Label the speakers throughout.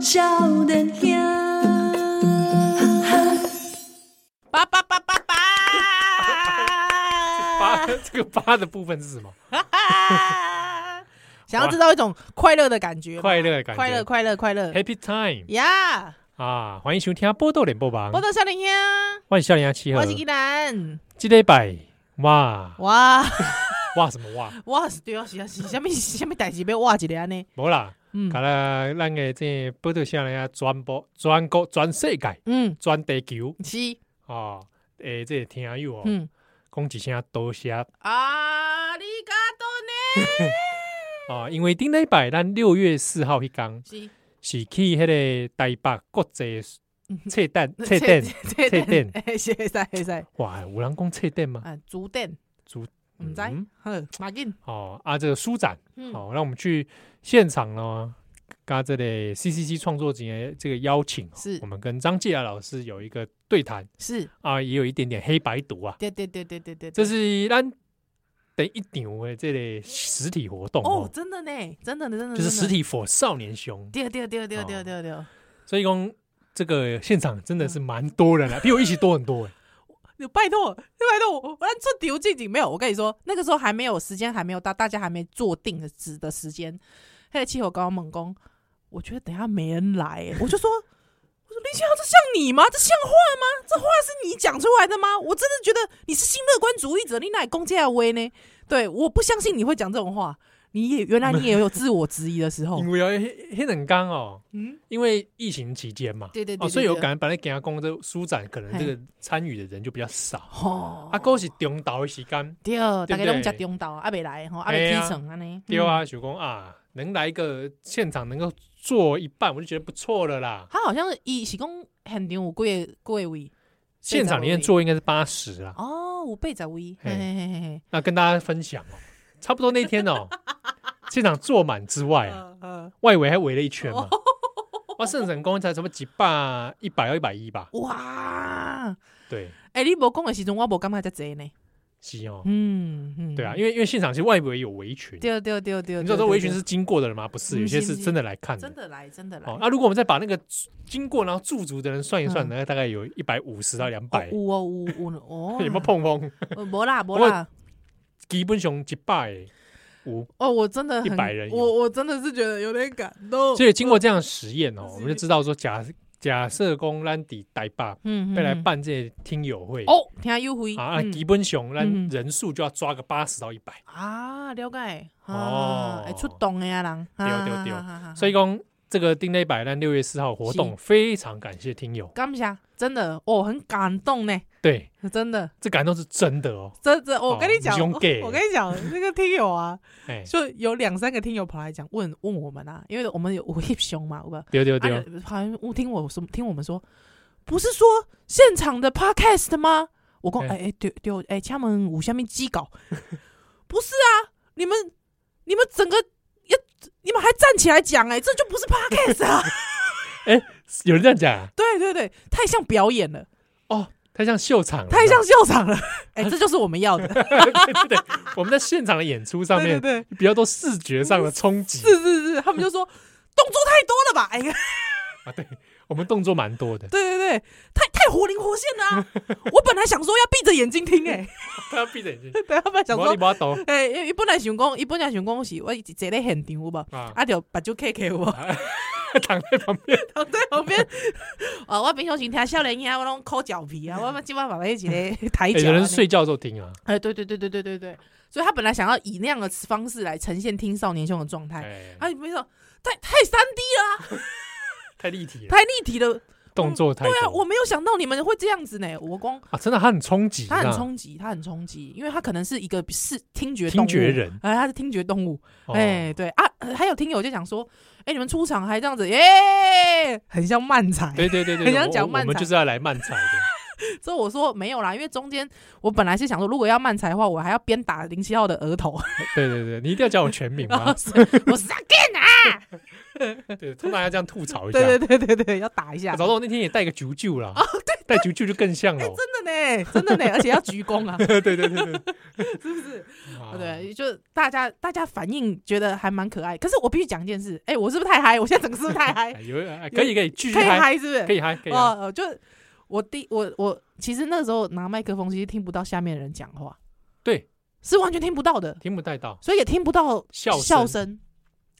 Speaker 1: 少年兄，哈哈。
Speaker 2: 叭叭叭叭
Speaker 3: 八
Speaker 2: 叭，
Speaker 3: 这个八 的部分是什么？
Speaker 2: 想要制造一种快乐的感觉，
Speaker 3: 快乐的感觉，
Speaker 2: 快乐，快乐，快乐，
Speaker 3: ，Happy Time
Speaker 2: 呀！
Speaker 3: 啊！欢迎收听波豆联播榜
Speaker 2: 波，多少年呀，
Speaker 3: 欢迎笑脸七和
Speaker 2: 我，是依兰，
Speaker 3: 这礼拜哇
Speaker 2: 哇
Speaker 3: 哇什么哇？
Speaker 2: 哇，对啊，是啊，是什么什么代志要哇一个安尼？
Speaker 3: 无啦，
Speaker 2: 嗯
Speaker 3: 噶啦，咱个这波豆笑脸啊全部全国全世界
Speaker 2: 嗯，
Speaker 3: 全地球
Speaker 2: 是，
Speaker 3: 啊！诶，这个听友哦，
Speaker 2: 嗯
Speaker 3: 讲一声多谢
Speaker 2: 啊，你噶多呢？
Speaker 3: 啊！因为顶礼拜咱六月四号迄天
Speaker 2: 是，
Speaker 3: 是去迄个台北国际册展册
Speaker 2: 切
Speaker 3: 展
Speaker 2: 电，，切
Speaker 3: 册
Speaker 2: 电
Speaker 3: 店，
Speaker 2: 哎，是会使会使，
Speaker 3: 哇，有人讲册展吗？
Speaker 2: 啊，竹电，
Speaker 3: 主
Speaker 2: 唔知
Speaker 3: 嗯，
Speaker 2: 好，马紧，
Speaker 3: 哦啊，这个书展，
Speaker 2: 嗯
Speaker 3: 好、让我们去现场呢，跟这里 CCC 创作节这个邀请，哦
Speaker 2: 是
Speaker 3: 我们跟张继雅老师有一个对谈
Speaker 2: 是，
Speaker 3: 啊，也有一点点黑白读啊，
Speaker 2: 对对对对对对，
Speaker 3: 这是咱的一场的这类实体活动
Speaker 2: 哦
Speaker 3: 哦，，
Speaker 2: 真的呢，真的真的真的，
Speaker 3: 就是实体 for 少年雄，
Speaker 2: 对对对对对对对，
Speaker 3: 所以讲这个现场真的是蛮多人的、比我预期多很多哎、
Speaker 2: 你拜托，你拜托我，我来做丢近景没有？我跟你说，那个时候还没有时间，还没有到，大家还没做定的指的时间。黑气候高猛攻，我觉得等一下没人来、欸 我就说，我说林先生，这像你吗？这像话吗？这话是你讲出来的吗？我真的觉得你是新乐观主义者，你哪里攻击阿威呢？对，我不相信你会讲这种话。你也原来你也有自我质疑的时 候
Speaker 3: 因，为要黑很刚哦，
Speaker 2: 嗯，
Speaker 3: 因为疫情期间嘛，
Speaker 2: 对对对
Speaker 3: 哦，
Speaker 2: 对
Speaker 3: 所以有
Speaker 2: 对
Speaker 3: 感觉本来给他公这书展，可能
Speaker 2: 嘿
Speaker 3: 这个参与的人就比较少。
Speaker 2: 哦，
Speaker 3: 啊，哥是中岛的时间，
Speaker 2: 对，大
Speaker 3: 对不
Speaker 2: 家
Speaker 3: 对
Speaker 2: 拢食中岛，阿未来吼，阿
Speaker 3: 哎
Speaker 2: 未
Speaker 3: 呀
Speaker 2: 提成安尼，嗯
Speaker 3: 对啊，想讲啊，能来一个现场能够做一半，我就觉得不错了啦。
Speaker 2: 他好像伊是讲现场有几个几个位
Speaker 3: 现场里面做应该是八十啦，
Speaker 2: 哦，有八十位，嘿
Speaker 3: 嘿
Speaker 2: 嘿嘿嘿
Speaker 3: 那跟大家分享 哦，差不多那天哦，现场坐满之外
Speaker 2: 嘿，
Speaker 3: 啊，
Speaker 2: 嗯哦嗯，
Speaker 3: 外围还围了一圈嘛。哇，圣神宫才什么几百一百到一百一吧？
Speaker 2: 哇，
Speaker 3: 对，
Speaker 2: 哎，你无讲的时阵，我无感觉遮济呢，
Speaker 3: 是哦，
Speaker 2: 嗯嗯，
Speaker 3: 对啊，因为因为现场其实外围有围群，
Speaker 2: 对对对对，
Speaker 3: 你知道
Speaker 2: 对
Speaker 3: 这围群是经过的人吗？不是，
Speaker 2: 嗯
Speaker 3: 有些
Speaker 2: 是
Speaker 3: 是
Speaker 2: 是
Speaker 3: 真的来看
Speaker 2: 对真
Speaker 3: 的。
Speaker 2: 的来，真的来
Speaker 3: 哦，，那如果我们再把那个经过然后驻足的人算一算
Speaker 2: 嗯
Speaker 3: 呢，大概有一百五十到两
Speaker 2: 哦
Speaker 3: 百。，
Speaker 2: 有哦有有哦
Speaker 3: 有没有碰碰？
Speaker 2: 呃？无啦无
Speaker 3: 不过
Speaker 2: 啦，
Speaker 3: 基本上一百的有，
Speaker 2: 哦，我真的很
Speaker 3: 100人有
Speaker 2: 我我真的是觉得有点感动，
Speaker 3: 所以经过这样的实验哦
Speaker 2: 是，
Speaker 3: 我们就知道说假假设公咱底代爸
Speaker 2: 嗯，嗯
Speaker 3: 被来
Speaker 2: 嗯
Speaker 3: 办这些听友会
Speaker 2: 哦，听优惠
Speaker 3: 啊，啊
Speaker 2: 嗯
Speaker 3: 基本上
Speaker 2: 嗯
Speaker 3: 咱人数就要抓个八十到一百，
Speaker 2: 啊，了解
Speaker 3: 哦
Speaker 2: 哦，会出动的啊人，啊
Speaker 3: 对对对，所
Speaker 2: 以
Speaker 3: 以讲这个丁内百咱六月四号活动
Speaker 2: 是
Speaker 3: 非常感谢听友，
Speaker 2: 感谢，真的，哦，很感动呢，
Speaker 3: 对，
Speaker 2: 真的，
Speaker 3: 这感动是真的哦，
Speaker 2: 真的，
Speaker 3: 哦
Speaker 2: 我跟你讲，
Speaker 3: 你用
Speaker 2: 我
Speaker 3: 给
Speaker 2: 我跟你讲，那个听友啊，
Speaker 3: 哎，
Speaker 2: 就有两三个听友跑来讲，问问我们啊，因为我们有五 hip 兄嘛，我们
Speaker 3: 对对
Speaker 2: 啊
Speaker 3: 对，
Speaker 2: 有好像我听我说，听我们说，不是说现场的 podcast 吗？我讲，
Speaker 3: 哎
Speaker 2: 哎哎，对对，哎，他们有下面机稿， 不是啊，你们你们整个要，你们还站起来讲，哎，这就不是 podcast 啊，
Speaker 3: 有人这样讲啊
Speaker 2: 对对对，太像表演了，
Speaker 3: 哦，太像秀场了，
Speaker 2: 太像秀场 了，哎，这就是我们要的，
Speaker 3: 对对对，我们在现场的演出 上
Speaker 2: 对对
Speaker 3: 面
Speaker 2: 对。
Speaker 3: 比较多视觉上的冲击，
Speaker 2: 是是是，他们就 说动作太多了吧？哎，
Speaker 3: 我们动作蛮多 的，
Speaker 2: 对对对，太太活灵活现了、 啊。我本来想说要闭着眼睛听、哎，
Speaker 3: 他闭着眼睛，
Speaker 2: 对，他们 想
Speaker 3: 我
Speaker 2: 说
Speaker 3: 你，把抖
Speaker 2: 哎、伊本来想讲，伊本来想讲是我坐咧现场有无？
Speaker 3: 啊，
Speaker 2: 啊，就把睭开开我，
Speaker 3: 躺在旁边，
Speaker 2: 躺在旁边。啊，我平常时听少年音，我拢抠脚皮啊，我们今晚把那一个抬
Speaker 3: 欸
Speaker 2: 脚。
Speaker 3: 嗯有人睡觉的时候听啊，
Speaker 2: 哎，对对对对对对对，所以他本来想要以那样的方式来呈现听少年兄的状态，
Speaker 3: 哎，
Speaker 2: 啊，你没说太太三 D 了啊、
Speaker 3: 太立体了，
Speaker 2: 太立体了，
Speaker 3: 动作太
Speaker 2: 对啊，我
Speaker 3: 多
Speaker 2: 没有想到你们会这样子呢。我光
Speaker 3: 啊，真的他很冲击，
Speaker 2: 他很
Speaker 3: 啊，
Speaker 2: 冲击，他很冲击，因为他可能是一个视听觉动
Speaker 3: 听
Speaker 2: 物
Speaker 3: 觉，人，
Speaker 2: 哎，他是听觉动物，
Speaker 3: 哦
Speaker 2: 哎，对啊，呃还有听友就讲说，哎，你们出场还这样子，耶，很像漫才。
Speaker 3: 对对对对，
Speaker 2: 很像
Speaker 3: 我
Speaker 2: 讲
Speaker 3: 我
Speaker 2: 漫
Speaker 3: 我们
Speaker 2: 才
Speaker 3: 就是要来漫才 的，
Speaker 2: 所以我说没有啦，因为中间我本来是想说，如果要漫才的话，我还要边打零七号的额头，
Speaker 3: 对对对，你一定要叫我全名
Speaker 2: 然后
Speaker 3: 吗？
Speaker 2: 哦是我是 again 啊，
Speaker 3: 对，冲大家这样吐槽一下。
Speaker 2: 对哦对对对对，要打一下，哎
Speaker 3: 早知道我那天也带个啾啾啦，带啾啾就更像了。
Speaker 2: 真的呢，真的呢，而且要鞠躬 啊，
Speaker 3: 对对对对，
Speaker 2: 是不是？
Speaker 3: 啊
Speaker 2: 对，就大家大家反应觉得还蛮可爱，可是我必须讲一件事，哎、我是不是太嗨？我现在整个是不是 太嗨？
Speaker 3: 哎有哎可以可以继续
Speaker 2: 可以
Speaker 3: 嗨，
Speaker 2: 嗨是不是？
Speaker 3: 可以嗨可以啊嗨。
Speaker 2: 哦，呃就我第我我其实那时候拿麦克风，其实听不到下面的人讲话，
Speaker 3: 对，
Speaker 2: 是完全听不到的，
Speaker 3: 听不太到，
Speaker 2: 所以也听不到
Speaker 3: 笑声
Speaker 2: 笑声。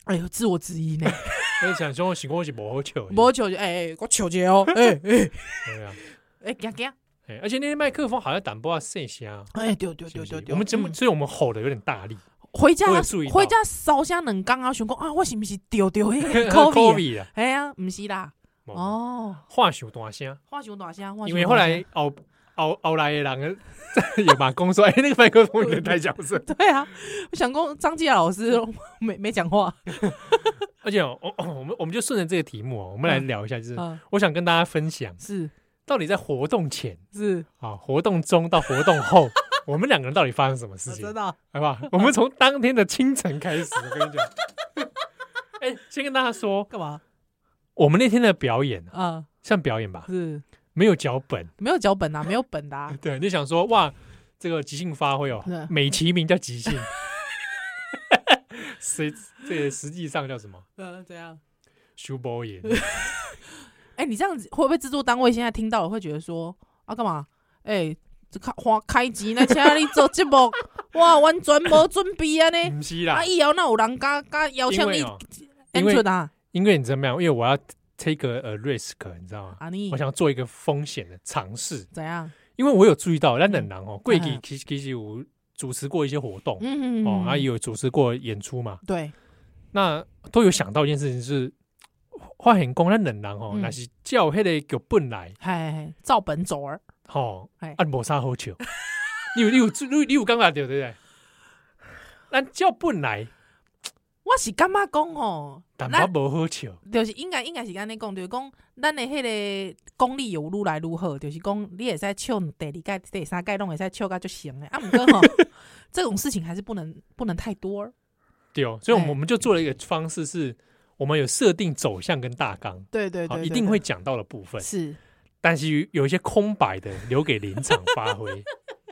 Speaker 2: 哎呦，自我质疑 呢，
Speaker 3: 我想说情况是不好笑的。
Speaker 2: 我求哎哎，我求解哦， 哎哎
Speaker 3: 对啊，
Speaker 2: 哎，行行，
Speaker 3: 哎而且那些麦克风好像挡不到声响，
Speaker 2: 哎对对
Speaker 3: 是
Speaker 2: 对
Speaker 3: 不是
Speaker 2: 对对，
Speaker 3: 我们节目，
Speaker 2: 嗯
Speaker 3: 所以我们吼的有点大 力。
Speaker 2: 回家
Speaker 3: 我有注意到
Speaker 2: 回家烧香两缸啊，想讲啊，我是不是丢 丢 COVID？
Speaker 3: Kobe 啊，
Speaker 2: 哎呀，不是啦，
Speaker 3: 哦，
Speaker 2: 哦，
Speaker 3: 话小大声，
Speaker 2: 话想大声，话
Speaker 3: 因为
Speaker 2: 想大
Speaker 3: 后
Speaker 2: 声
Speaker 3: 来后后后来的 人啊也把公说，哎，那个麦克风有点太小声。
Speaker 2: 对啊，我想说张继老师没没讲话，
Speaker 3: 而且哦，我我们我们就顺着这个题目哦，我们来聊一下，就是
Speaker 2: 嗯，
Speaker 3: 我想跟大家分享，
Speaker 2: 是
Speaker 3: 到底在活动前
Speaker 2: 是，
Speaker 3: 啊、活动中到活动 后，我们两个人到底发生什么事
Speaker 2: 我
Speaker 3: 情，
Speaker 2: 知道，
Speaker 3: 好不好？我们从当天的清晨开始，我跟你讲， 哎、先跟大家说，
Speaker 2: 干嘛
Speaker 3: 我们那天的表演啊
Speaker 2: 啊？
Speaker 3: 像表演吧，
Speaker 2: 是
Speaker 3: 没有脚本，，
Speaker 2: 没有脚本啊，没有本的啊
Speaker 3: 对，你想说哇，这个即兴发挥哦
Speaker 2: 对，
Speaker 3: 美其名叫即兴， 谁这实际上叫什么？
Speaker 2: 嗯，怎样？
Speaker 3: 修波演，
Speaker 2: 哎，你这样子会不会制作单位现在听到了会觉得说啊，干嘛？哎，这开花开钱来请你做节目，哇，完全无准备啊呢！
Speaker 3: 不是
Speaker 2: 啊，
Speaker 3: 啦，
Speaker 2: 以后那有人敢敢邀
Speaker 3: 嗯因
Speaker 2: 请
Speaker 3: 为
Speaker 2: 你
Speaker 3: 哦，因
Speaker 2: 演
Speaker 3: 为
Speaker 2: 出啊？
Speaker 3: 因为你怎么样？因为我要 take a, a risk，你知道吗？
Speaker 2: 啊你
Speaker 3: 我想做一个风险的尝试，
Speaker 2: 怎样？
Speaker 3: 因为我有注意到，那冷狼哦，贵
Speaker 2: 嗯
Speaker 3: 吉其实其实有主持过一些活动、
Speaker 2: 嗯，
Speaker 3: 哦，啊也
Speaker 2: 有
Speaker 3: 有主持过演出嘛，
Speaker 2: 对，
Speaker 3: 那都有想到一件事情是，化很工那冷狼哦，
Speaker 2: 嗯
Speaker 3: 那、是叫迄个叫本来
Speaker 2: 嗨，嘿照本走儿，
Speaker 3: 吼，
Speaker 2: 哎
Speaker 3: 啊无啥好笑，你有你有你有你有感觉对不对？咱叫本来，
Speaker 2: 我是感觉讲吼，
Speaker 3: 但
Speaker 2: 咱
Speaker 3: 嘛无好笑，
Speaker 2: 就是应该应该是安尼讲，就是讲咱的迄个功力有愈来愈好，就是讲你会使笑第二届、第三届拢会使笑到就行诶。啊，毋过 吼，这种事情还是不能不能太多儿。
Speaker 3: 对哦，所以我们
Speaker 2: 哎
Speaker 3: 我们就做了一个方式是，我们有设定走向跟大纲。
Speaker 2: 对对
Speaker 3: 好，一定会讲到的部分，
Speaker 2: 是
Speaker 3: 但是有一些空白的留给临场发 挥，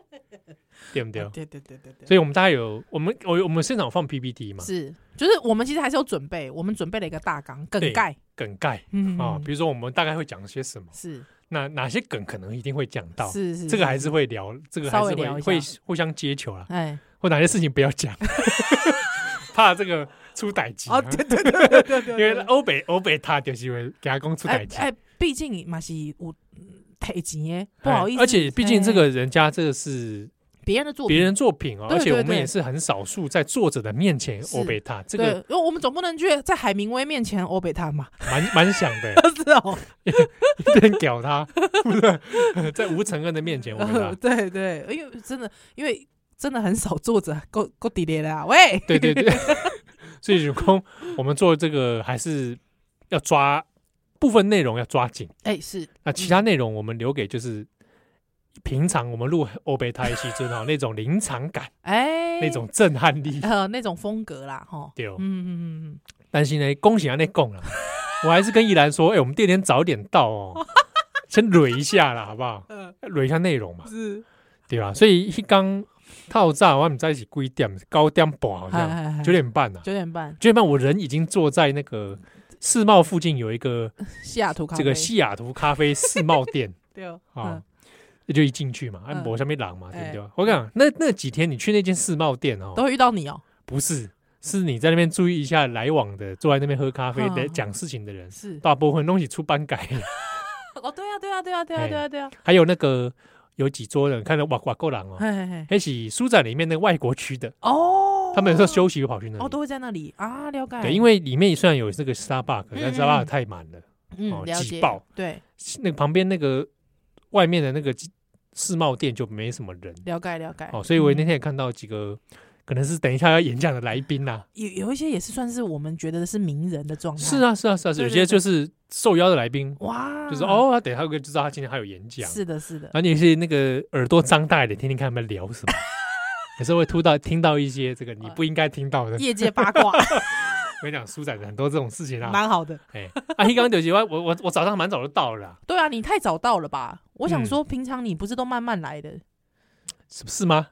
Speaker 3: 对不对？哦
Speaker 2: 啊对对对对对，
Speaker 3: 所以我们大家有我们我我们现场放 PPT 嘛，
Speaker 2: 是就是我们其实还是有准备，我们准备了一个大纲梗概，
Speaker 3: 梗概
Speaker 2: 嗯
Speaker 3: 啊，比如说我们大概会讲些什么，
Speaker 2: 是
Speaker 3: 那哪些梗可能一定会讲到，
Speaker 2: 是是，
Speaker 3: 这个还是会聊，这个还
Speaker 2: 稍微
Speaker 3: 是
Speaker 2: 聊
Speaker 3: 会
Speaker 2: 一
Speaker 3: 会
Speaker 2: 下
Speaker 3: 互相接球啦，
Speaker 2: 哎
Speaker 3: 或哪些事情不要讲， 怕这个出歹机啊，
Speaker 2: 哦对对对对对
Speaker 3: 因为欧北欧北他就是会给他公出
Speaker 2: 哎
Speaker 3: 歹机。
Speaker 2: 哎，毕竟嘛是有赔钱诶，不好意思，
Speaker 3: 而且毕竟这
Speaker 2: 哎
Speaker 3: 个人家这个是
Speaker 2: 别人的作品
Speaker 3: 别人作品哦，
Speaker 2: 对
Speaker 3: 而且我
Speaker 2: 对
Speaker 3: 们
Speaker 2: 对
Speaker 3: 也是很少数在作者的面前
Speaker 2: 是
Speaker 3: 欧贝塔，这
Speaker 2: 对
Speaker 3: 个，
Speaker 2: 因为我们总不能去在海明威面前欧北他 嘛，
Speaker 3: 蛮蛮想的，
Speaker 2: 是哦，，
Speaker 3: 一边屌他，不是在吴承哎恩的啊面前欧贝塔
Speaker 2: 对对，因为真的，因为真的很少作者够够底烈啦，喂，
Speaker 3: 对对 对，所以如空我们做这个还是要抓部分内容要抓紧，
Speaker 2: 哎是，
Speaker 3: 那其他内容我们留给就是。平常我们录欧贝塔一起尊哈哦那种临场 感、
Speaker 2: 哎
Speaker 3: 那种震撼 力，
Speaker 2: 呃那种风格啦，哈，
Speaker 3: 对哦。
Speaker 2: 嗯嗯嗯
Speaker 3: 但是呢，恭喜阿内贡了，我还是跟依兰说，哎、我们第二天早点到哦，先蕊一下啦，好不好？
Speaker 2: 嗯，
Speaker 3: 蕊一下内容嘛
Speaker 2: 呃，是，
Speaker 3: 对吧？所以一刚套炸，我们在一起几点？高点半好像
Speaker 2: 嗨
Speaker 3: 九点半啊，
Speaker 2: 哎九点半，
Speaker 3: 九点半我人已经坐在那个世贸附近有一个
Speaker 2: 西雅图咖啡，
Speaker 3: 这个西雅图咖啡世贸店
Speaker 2: 对哦，
Speaker 3: 啊
Speaker 2: 嗯，
Speaker 3: 就一进去嘛，按
Speaker 2: 嗯
Speaker 3: 摩下面狼嘛，对不
Speaker 2: 哎
Speaker 3: 对？我跟你讲，那那几天你去那间世贸店哦，
Speaker 2: 都会遇到你哦，
Speaker 3: 不是，是你在那边注意一下来往的，坐在那边喝咖啡的
Speaker 2: 嗯
Speaker 3: 讲事情的人。
Speaker 2: 是，
Speaker 3: 大部分东西出班改，
Speaker 2: 哦对啊对啊对啊对啊
Speaker 3: 哎
Speaker 2: 对啊对啊，
Speaker 3: 还有那个有几桌人看到哇哇够狼哦，
Speaker 2: 嘿嘿嘿，
Speaker 3: 那是书展里面那个外国区的，
Speaker 2: 哦，
Speaker 3: 他们有时候休息就跑去那
Speaker 2: 哦
Speaker 3: 里。
Speaker 2: 都会在那里啊，了解，
Speaker 3: 对，因
Speaker 2: 为
Speaker 3: 为里面虽然有这个 Starbucks，但
Speaker 2: 嗯
Speaker 3: Starbucks 太满了，
Speaker 2: 嗯
Speaker 3: 哦
Speaker 2: 了
Speaker 3: 挤
Speaker 2: 解
Speaker 3: 爆，
Speaker 2: 对，
Speaker 3: 那旁边那个外面的那个世贸店就没什么人
Speaker 2: 了解了解，
Speaker 3: 哦，所以我那
Speaker 2: 嗯
Speaker 3: 天也看到几个可能是等一下要演讲的来宾呐。
Speaker 2: 有有一些也是算是我们觉得是名人的状态。
Speaker 3: 是，啊，是啊，是啊，是有些就是受邀的来宾，
Speaker 2: 哇，
Speaker 3: 就是，哦，他等一下会知道他今天还有演讲，
Speaker 2: 啊是的，是的
Speaker 3: 然，后你也是那个耳朵张大一点，听听看他们聊
Speaker 2: 哦
Speaker 3: 什么，有时候会突到听到一些这个你不应该听到的，
Speaker 2: 业界八卦，
Speaker 3: 跟你讲，舒展很多这种事情啊。
Speaker 2: 蛮好的。
Speaker 3: 哎，啊，一刚九七，我我我我早上蛮早就到了啦，
Speaker 2: 对啊，你太早到了吧？我想
Speaker 3: 嗯
Speaker 2: 说，平常你不是都慢慢来的？
Speaker 3: 是不是 吗？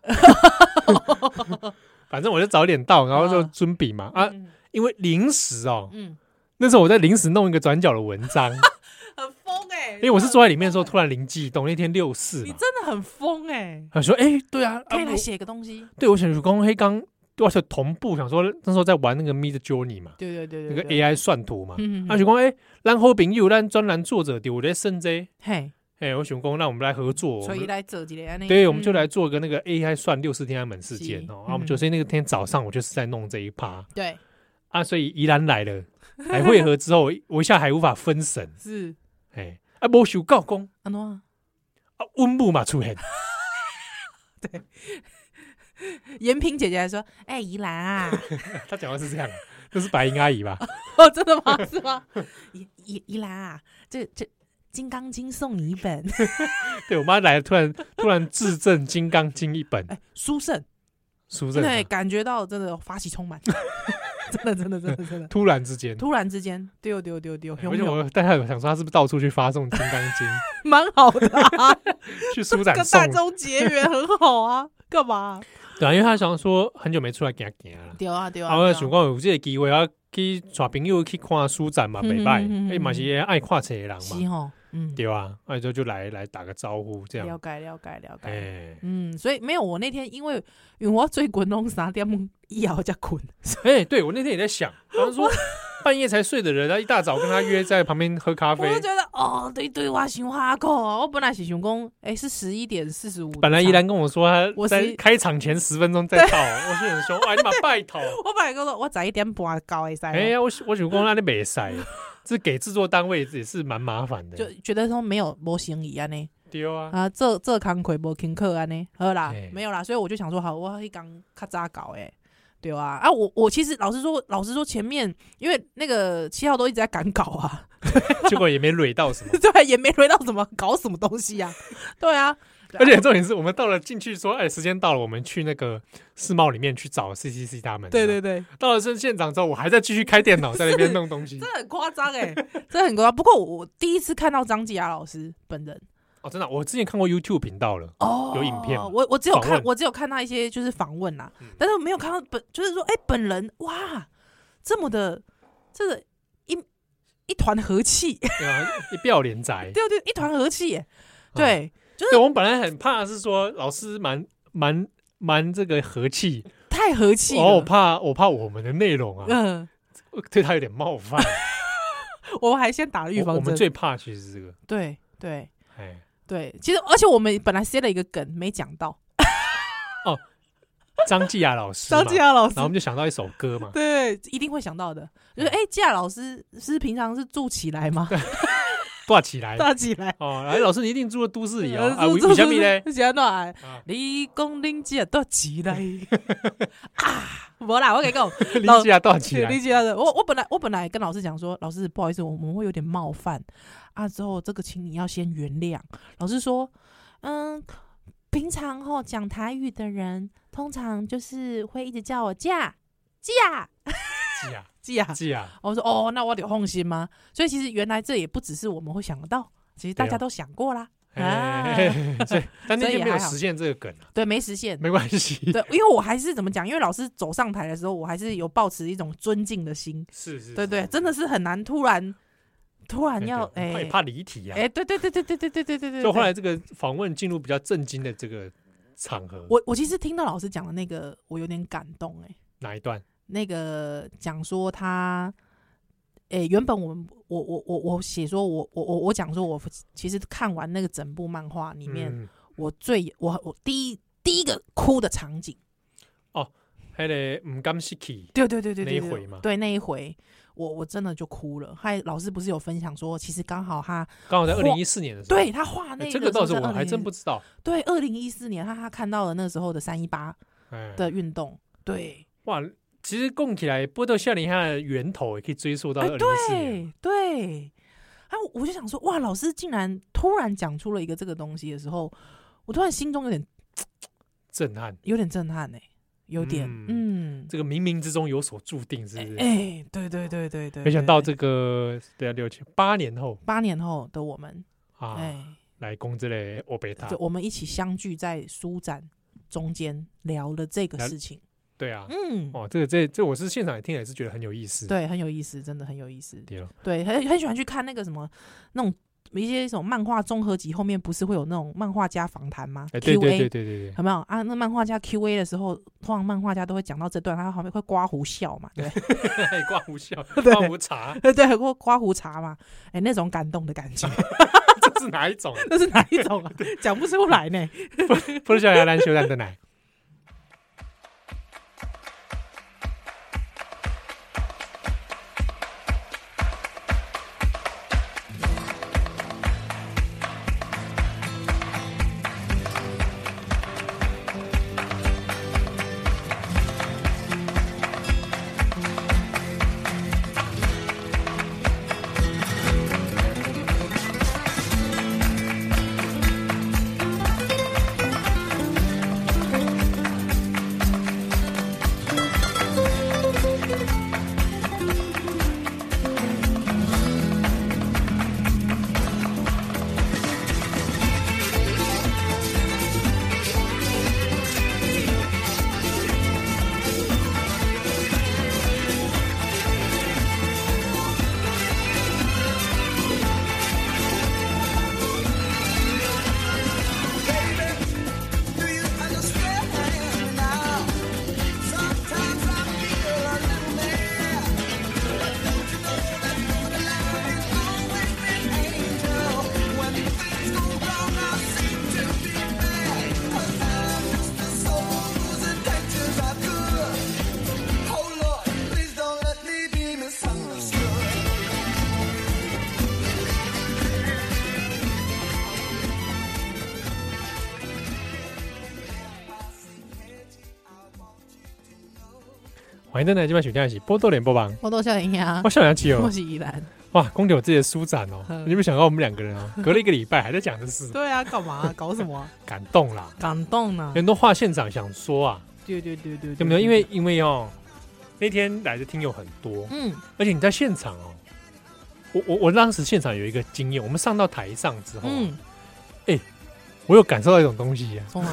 Speaker 3: 反正我就早点到，然后就
Speaker 2: 啊
Speaker 3: 尊比嘛啊，
Speaker 2: 嗯
Speaker 3: 因为临时哦，
Speaker 2: 嗯，
Speaker 3: 那时候我在临时弄一个转角的文章，
Speaker 2: 很疯哎，
Speaker 3: 因为我是坐在里面的时候突然灵机一动，那天六四
Speaker 2: 你
Speaker 3: 嘛，
Speaker 2: 真的很疯哎，
Speaker 3: 他说哎，对啊，啊
Speaker 2: 可以来
Speaker 3: 我
Speaker 2: 写个东西。
Speaker 3: 对我想说光黑刚，而且同步想说那时候在玩那个 Mid Journey 嘛，
Speaker 2: 对对对
Speaker 3: 那
Speaker 2: 对，
Speaker 3: 个
Speaker 2: 对
Speaker 3: AI 算图嘛，
Speaker 2: 嗯嗯
Speaker 3: 啊，
Speaker 2: 嗯
Speaker 3: 想讲哎，咱好朋友，咱专栏作者对我在甚这，
Speaker 2: 嘿，
Speaker 3: 哎，我想讲那我们来合作，我
Speaker 2: 所以
Speaker 3: 们
Speaker 2: 来这几类，
Speaker 3: 对，我们就
Speaker 2: 嗯
Speaker 3: 来做个那个 AI 算六四天安门事件
Speaker 2: 是
Speaker 3: 哦，然后我们
Speaker 2: 嗯
Speaker 3: 就所以那个天早上我就是在弄这一趴
Speaker 2: 对
Speaker 3: 啊，所以宜兰来了，来汇合之后，我一下还无法分神，
Speaker 2: 是
Speaker 3: 哎，啊，没想告公
Speaker 2: 安诺啊
Speaker 3: 啊，温布嘛出现，
Speaker 2: 延平姐姐还说：“哎、宜兰 啊，
Speaker 3: 他讲话是这样啊，这是白银阿姨吧？
Speaker 2: 哦，真的吗？是吗？ 宜宜宜兰啊，这这《金刚经》送你一本，
Speaker 3: 对我妈来了，突然突然自赠《金刚经》一本，
Speaker 2: 哎，殊胜，
Speaker 3: 书正
Speaker 2: 对，感觉到真的发起充满， 真的真的真的真的，
Speaker 3: 突然之间，
Speaker 2: 突然之间丢丢丢丢，
Speaker 3: 而
Speaker 2: 拥
Speaker 3: 且
Speaker 2: 有
Speaker 3: 我但她有想说，她是不是到处去发送《金刚经》
Speaker 2: 蛮好的、 啊，
Speaker 3: 去书展
Speaker 2: 跟
Speaker 3: 送
Speaker 2: 大？众结缘很好啊，干嘛？
Speaker 3: 对啊，因为她想说很久没出来行行了。
Speaker 2: 丢啊丢
Speaker 3: 啊，我想讲有这个机会啊，去带朋友去看书展嘛，
Speaker 2: 嗯
Speaker 3: 袂歹
Speaker 2: 嗯嗯嗯，
Speaker 3: 哎嘛是爱看册的人
Speaker 2: 是
Speaker 3: 嘛，
Speaker 2: 哦，嗯，
Speaker 3: 对啊，啊就就来来打个招呼这
Speaker 2: 了
Speaker 3: 样，
Speaker 2: 解了解了解。
Speaker 3: 哎
Speaker 2: 嗯，所以没有我那天，因为因为我最滚弄啥点一熬加滚，
Speaker 3: 哎，对我那天也在想，他说半夜才睡的人，他一大早跟他约在旁边喝咖啡
Speaker 2: 我， 就觉得哦，对对，我想哈口啊，我本来是想讲，哎、是十一点四十五。
Speaker 3: 本来依，兰跟我说他
Speaker 2: 我
Speaker 3: 在
Speaker 2: 是
Speaker 3: 开场前十分钟再到，我是很凶，哎你妈拜托，
Speaker 2: 我本来跟说，我早一点半到会使，
Speaker 3: 哎呀，我我想讲那你没塞，这给制作单位也是蛮麻烦的，
Speaker 2: 就觉得说没有模型一样呢，
Speaker 3: 丢 啊，
Speaker 2: 啊，这这康亏无听课安呢，好啦
Speaker 3: 嘿，
Speaker 2: 没有啦，所以我就想说，好，我一刚咔早搞哎。对啊，啊，我我其实老实说，老实说，前面因为那个七号都一直在赶稿啊，
Speaker 3: 结果也没累到什么。
Speaker 2: 对，啊也没轮到什么搞什么东西啊，对啊，对啊
Speaker 3: 而且重点是我们到了进去说，哎，时间到了，我们去那个世贸里面去找 CCC 他们。
Speaker 2: 对
Speaker 3: 你知
Speaker 2: 对对，
Speaker 3: 道，到了现现场之后，我还在继续开电脑，在那边弄东西
Speaker 2: 真。的很夸张 哎，真的很夸张。不过我我第一次看到张继雅老师本人，
Speaker 3: 哦，真的，我之前看过 YouTube 频道了。
Speaker 2: 哦，
Speaker 3: 有影片吗
Speaker 2: 我我只有
Speaker 3: 访
Speaker 2: 看
Speaker 3: 问
Speaker 2: 我只有看到一些就是访问啦，
Speaker 3: 嗯
Speaker 2: 但是我没有看到本，就是说，哎、本人哇，这么的，这个一一团和气，
Speaker 3: 对啊，一不要脸宅。
Speaker 2: 对对，一团和气耶，
Speaker 3: 啊
Speaker 2: 对，
Speaker 3: 对，我们本来很怕是说老师蛮蛮蛮这个和气，
Speaker 2: 太和气
Speaker 3: 哦，我
Speaker 2: 了，
Speaker 3: 怕我怕我们的内容啊，
Speaker 2: 嗯、
Speaker 3: 对他有点冒犯。
Speaker 2: 我们还先打了预
Speaker 3: 我我
Speaker 2: 防
Speaker 3: 们
Speaker 2: 针，
Speaker 3: 最怕其实是这个，
Speaker 2: 对对
Speaker 3: 哎，
Speaker 2: 对，其实而且我们本来塞了一个梗没讲到，
Speaker 3: 张继亚老师嘛，
Speaker 2: 张继亚老师
Speaker 3: 然后我们就嗯想到一首歌嘛，
Speaker 2: 对，一定会想到的，就是哎，季、亚老师是平常是住起来吗？
Speaker 3: 挂起来。
Speaker 2: 大起来。
Speaker 3: 哦，哎，老师，你一定住在都市里哦。啊，
Speaker 2: 呃
Speaker 3: 为
Speaker 2: 是
Speaker 3: 为什么呢？
Speaker 2: 是安怎的
Speaker 3: 啊
Speaker 2: 你讲恁姐多起来啊？无啦，我跟你讲，
Speaker 3: 林志啊，多少钱？
Speaker 2: 你姐的，我我本来我本来跟老师讲说，老师不好意思，我们会有点冒犯啊，之后这个请你要先原谅。老师说，嗯，平常吼讲台语的人，通常就是会一直叫我嫁嫁
Speaker 3: 记啊，
Speaker 2: 嫁。
Speaker 3: 记啊，
Speaker 2: 我说哦，那我得放心吗？所以其实原来这也不只是我们会想得到，其实大
Speaker 3: 对
Speaker 2: 家
Speaker 3: 哦
Speaker 2: 都想过啦。啊，
Speaker 3: 哎，所以但那
Speaker 2: 所以
Speaker 3: 天没有
Speaker 2: 还好
Speaker 3: 实现这个梗啊，
Speaker 2: 对，没实现。
Speaker 3: 没关系，
Speaker 2: 对，因为我还是怎么讲？因为老师走上台的时候，我还是有抱持一种尊敬的心，
Speaker 3: 是是，
Speaker 2: 对对，
Speaker 3: 是，
Speaker 2: 真的是很难突然突然
Speaker 3: 对
Speaker 2: 要
Speaker 3: 对我怕
Speaker 2: 哎
Speaker 3: 也怕离题啊。
Speaker 2: 哎，对对对对对对对对对对。
Speaker 3: 就后
Speaker 2: 对
Speaker 3: 来这个访问进入比较震惊的这个场合，
Speaker 2: 我我其实听到老师讲的那个，我有点感动哎、
Speaker 3: 哪一段？
Speaker 2: 那个讲说他，诶、原本我们我我我我写说我我我我讲说我其实看完那个整部漫画里面，
Speaker 3: 嗯，
Speaker 2: 我最我我第一第一个哭的场景，
Speaker 3: 还得唔甘失去，
Speaker 2: 对对对对
Speaker 3: 那
Speaker 2: 对，
Speaker 3: 一
Speaker 2: 对
Speaker 3: 回嘛
Speaker 2: 对那一回，我我真的就哭了。还老师不是有分享说，其实刚好他
Speaker 3: 刚好在二
Speaker 2: 嚯
Speaker 3: 零一四年的时候，
Speaker 2: 对他画那
Speaker 3: 哎
Speaker 2: 个
Speaker 3: 这个倒是
Speaker 2: 在
Speaker 3: 我还
Speaker 2: 2014
Speaker 3: 真不知道，
Speaker 2: 对，二零一四年他他看到了那时候的三一八
Speaker 3: 哎，
Speaker 2: 的运动，对，
Speaker 3: 哇，其实供起来波多夏林下的源头也可以追溯到
Speaker 2: 哎
Speaker 3: 二零一四年，
Speaker 2: 对对，啊我我就想说，哇，老师竟然突然讲出了一个这个东西的时候，我突然心中有点
Speaker 3: 震撼。
Speaker 2: 有点震撼呢、有点，嗯，
Speaker 3: 这个冥冥之中有所注定，是不是？
Speaker 2: 哎，对对对对对，
Speaker 3: 没想到
Speaker 2: 对
Speaker 3: 这个对啊，六七八年后
Speaker 2: 八年后的我们，
Speaker 3: 啊，
Speaker 2: 哎，
Speaker 3: 来攻这类欧贝塔
Speaker 2: 就，我们一起相聚在书展中间聊了这个事情，
Speaker 3: 对啊，
Speaker 2: 嗯，
Speaker 3: 哦，这个这这我是现场也听了，也是觉得很有意思。
Speaker 2: 对，很有意思，真的很有意思，
Speaker 3: 对了，
Speaker 2: 对，很很喜欢去看那个什么那种一些什么漫画综合集后面不是会有那种漫画家访谈吗
Speaker 3: 哎，对对对
Speaker 2: ？Q&A
Speaker 3: 对对对，
Speaker 2: 有没有啊？那漫画家 Q A 的时候，通常漫画家都会讲到这段，他旁边会刮胡笑嘛，对不 对
Speaker 3: 还挂胡笑，
Speaker 2: 对
Speaker 3: 挂胡茶，
Speaker 2: 对对，或刮胡茶嘛，哎、那种感动的感觉，
Speaker 3: 这是哪一 种？
Speaker 2: 那是哪一种啊？讲不出来呢。
Speaker 3: 不是小牙兰修蛋的奶。
Speaker 4: Do you understand I am now? Sometimes I feel a little mad. But don't you know that the love is always been angel? When things go wrong, I seem to be mad. I'm just a soul whose intentions are good. Oh Lord, please don't let me be misunderstood. I see magic, I want you to know.
Speaker 3: 欢迎登来今晚选听一起波多脸播榜，
Speaker 2: 我都啊笑人家
Speaker 3: 我，想想起
Speaker 2: 我
Speaker 3: 哦，
Speaker 2: 是依兰。
Speaker 3: 哇，公牛自己的书展哦，
Speaker 2: 嗯
Speaker 3: 你有没有想到我们两个人 啊，隔了一个礼拜还在讲这事，
Speaker 2: 对啊，干嘛、搞什么啊、
Speaker 3: 感动啦。
Speaker 2: 感动呢、啊？
Speaker 3: 很多话现场想说啊，
Speaker 2: 对对对对，
Speaker 3: 有没有？因为因为哦，那天来的听友很多，
Speaker 2: 嗯
Speaker 3: 而且你在现场哦，我我我当时现场有一个经验，我们上到台上之后啊，
Speaker 2: 嗯，
Speaker 3: 我有感受到一种东西啊，
Speaker 2: 从哪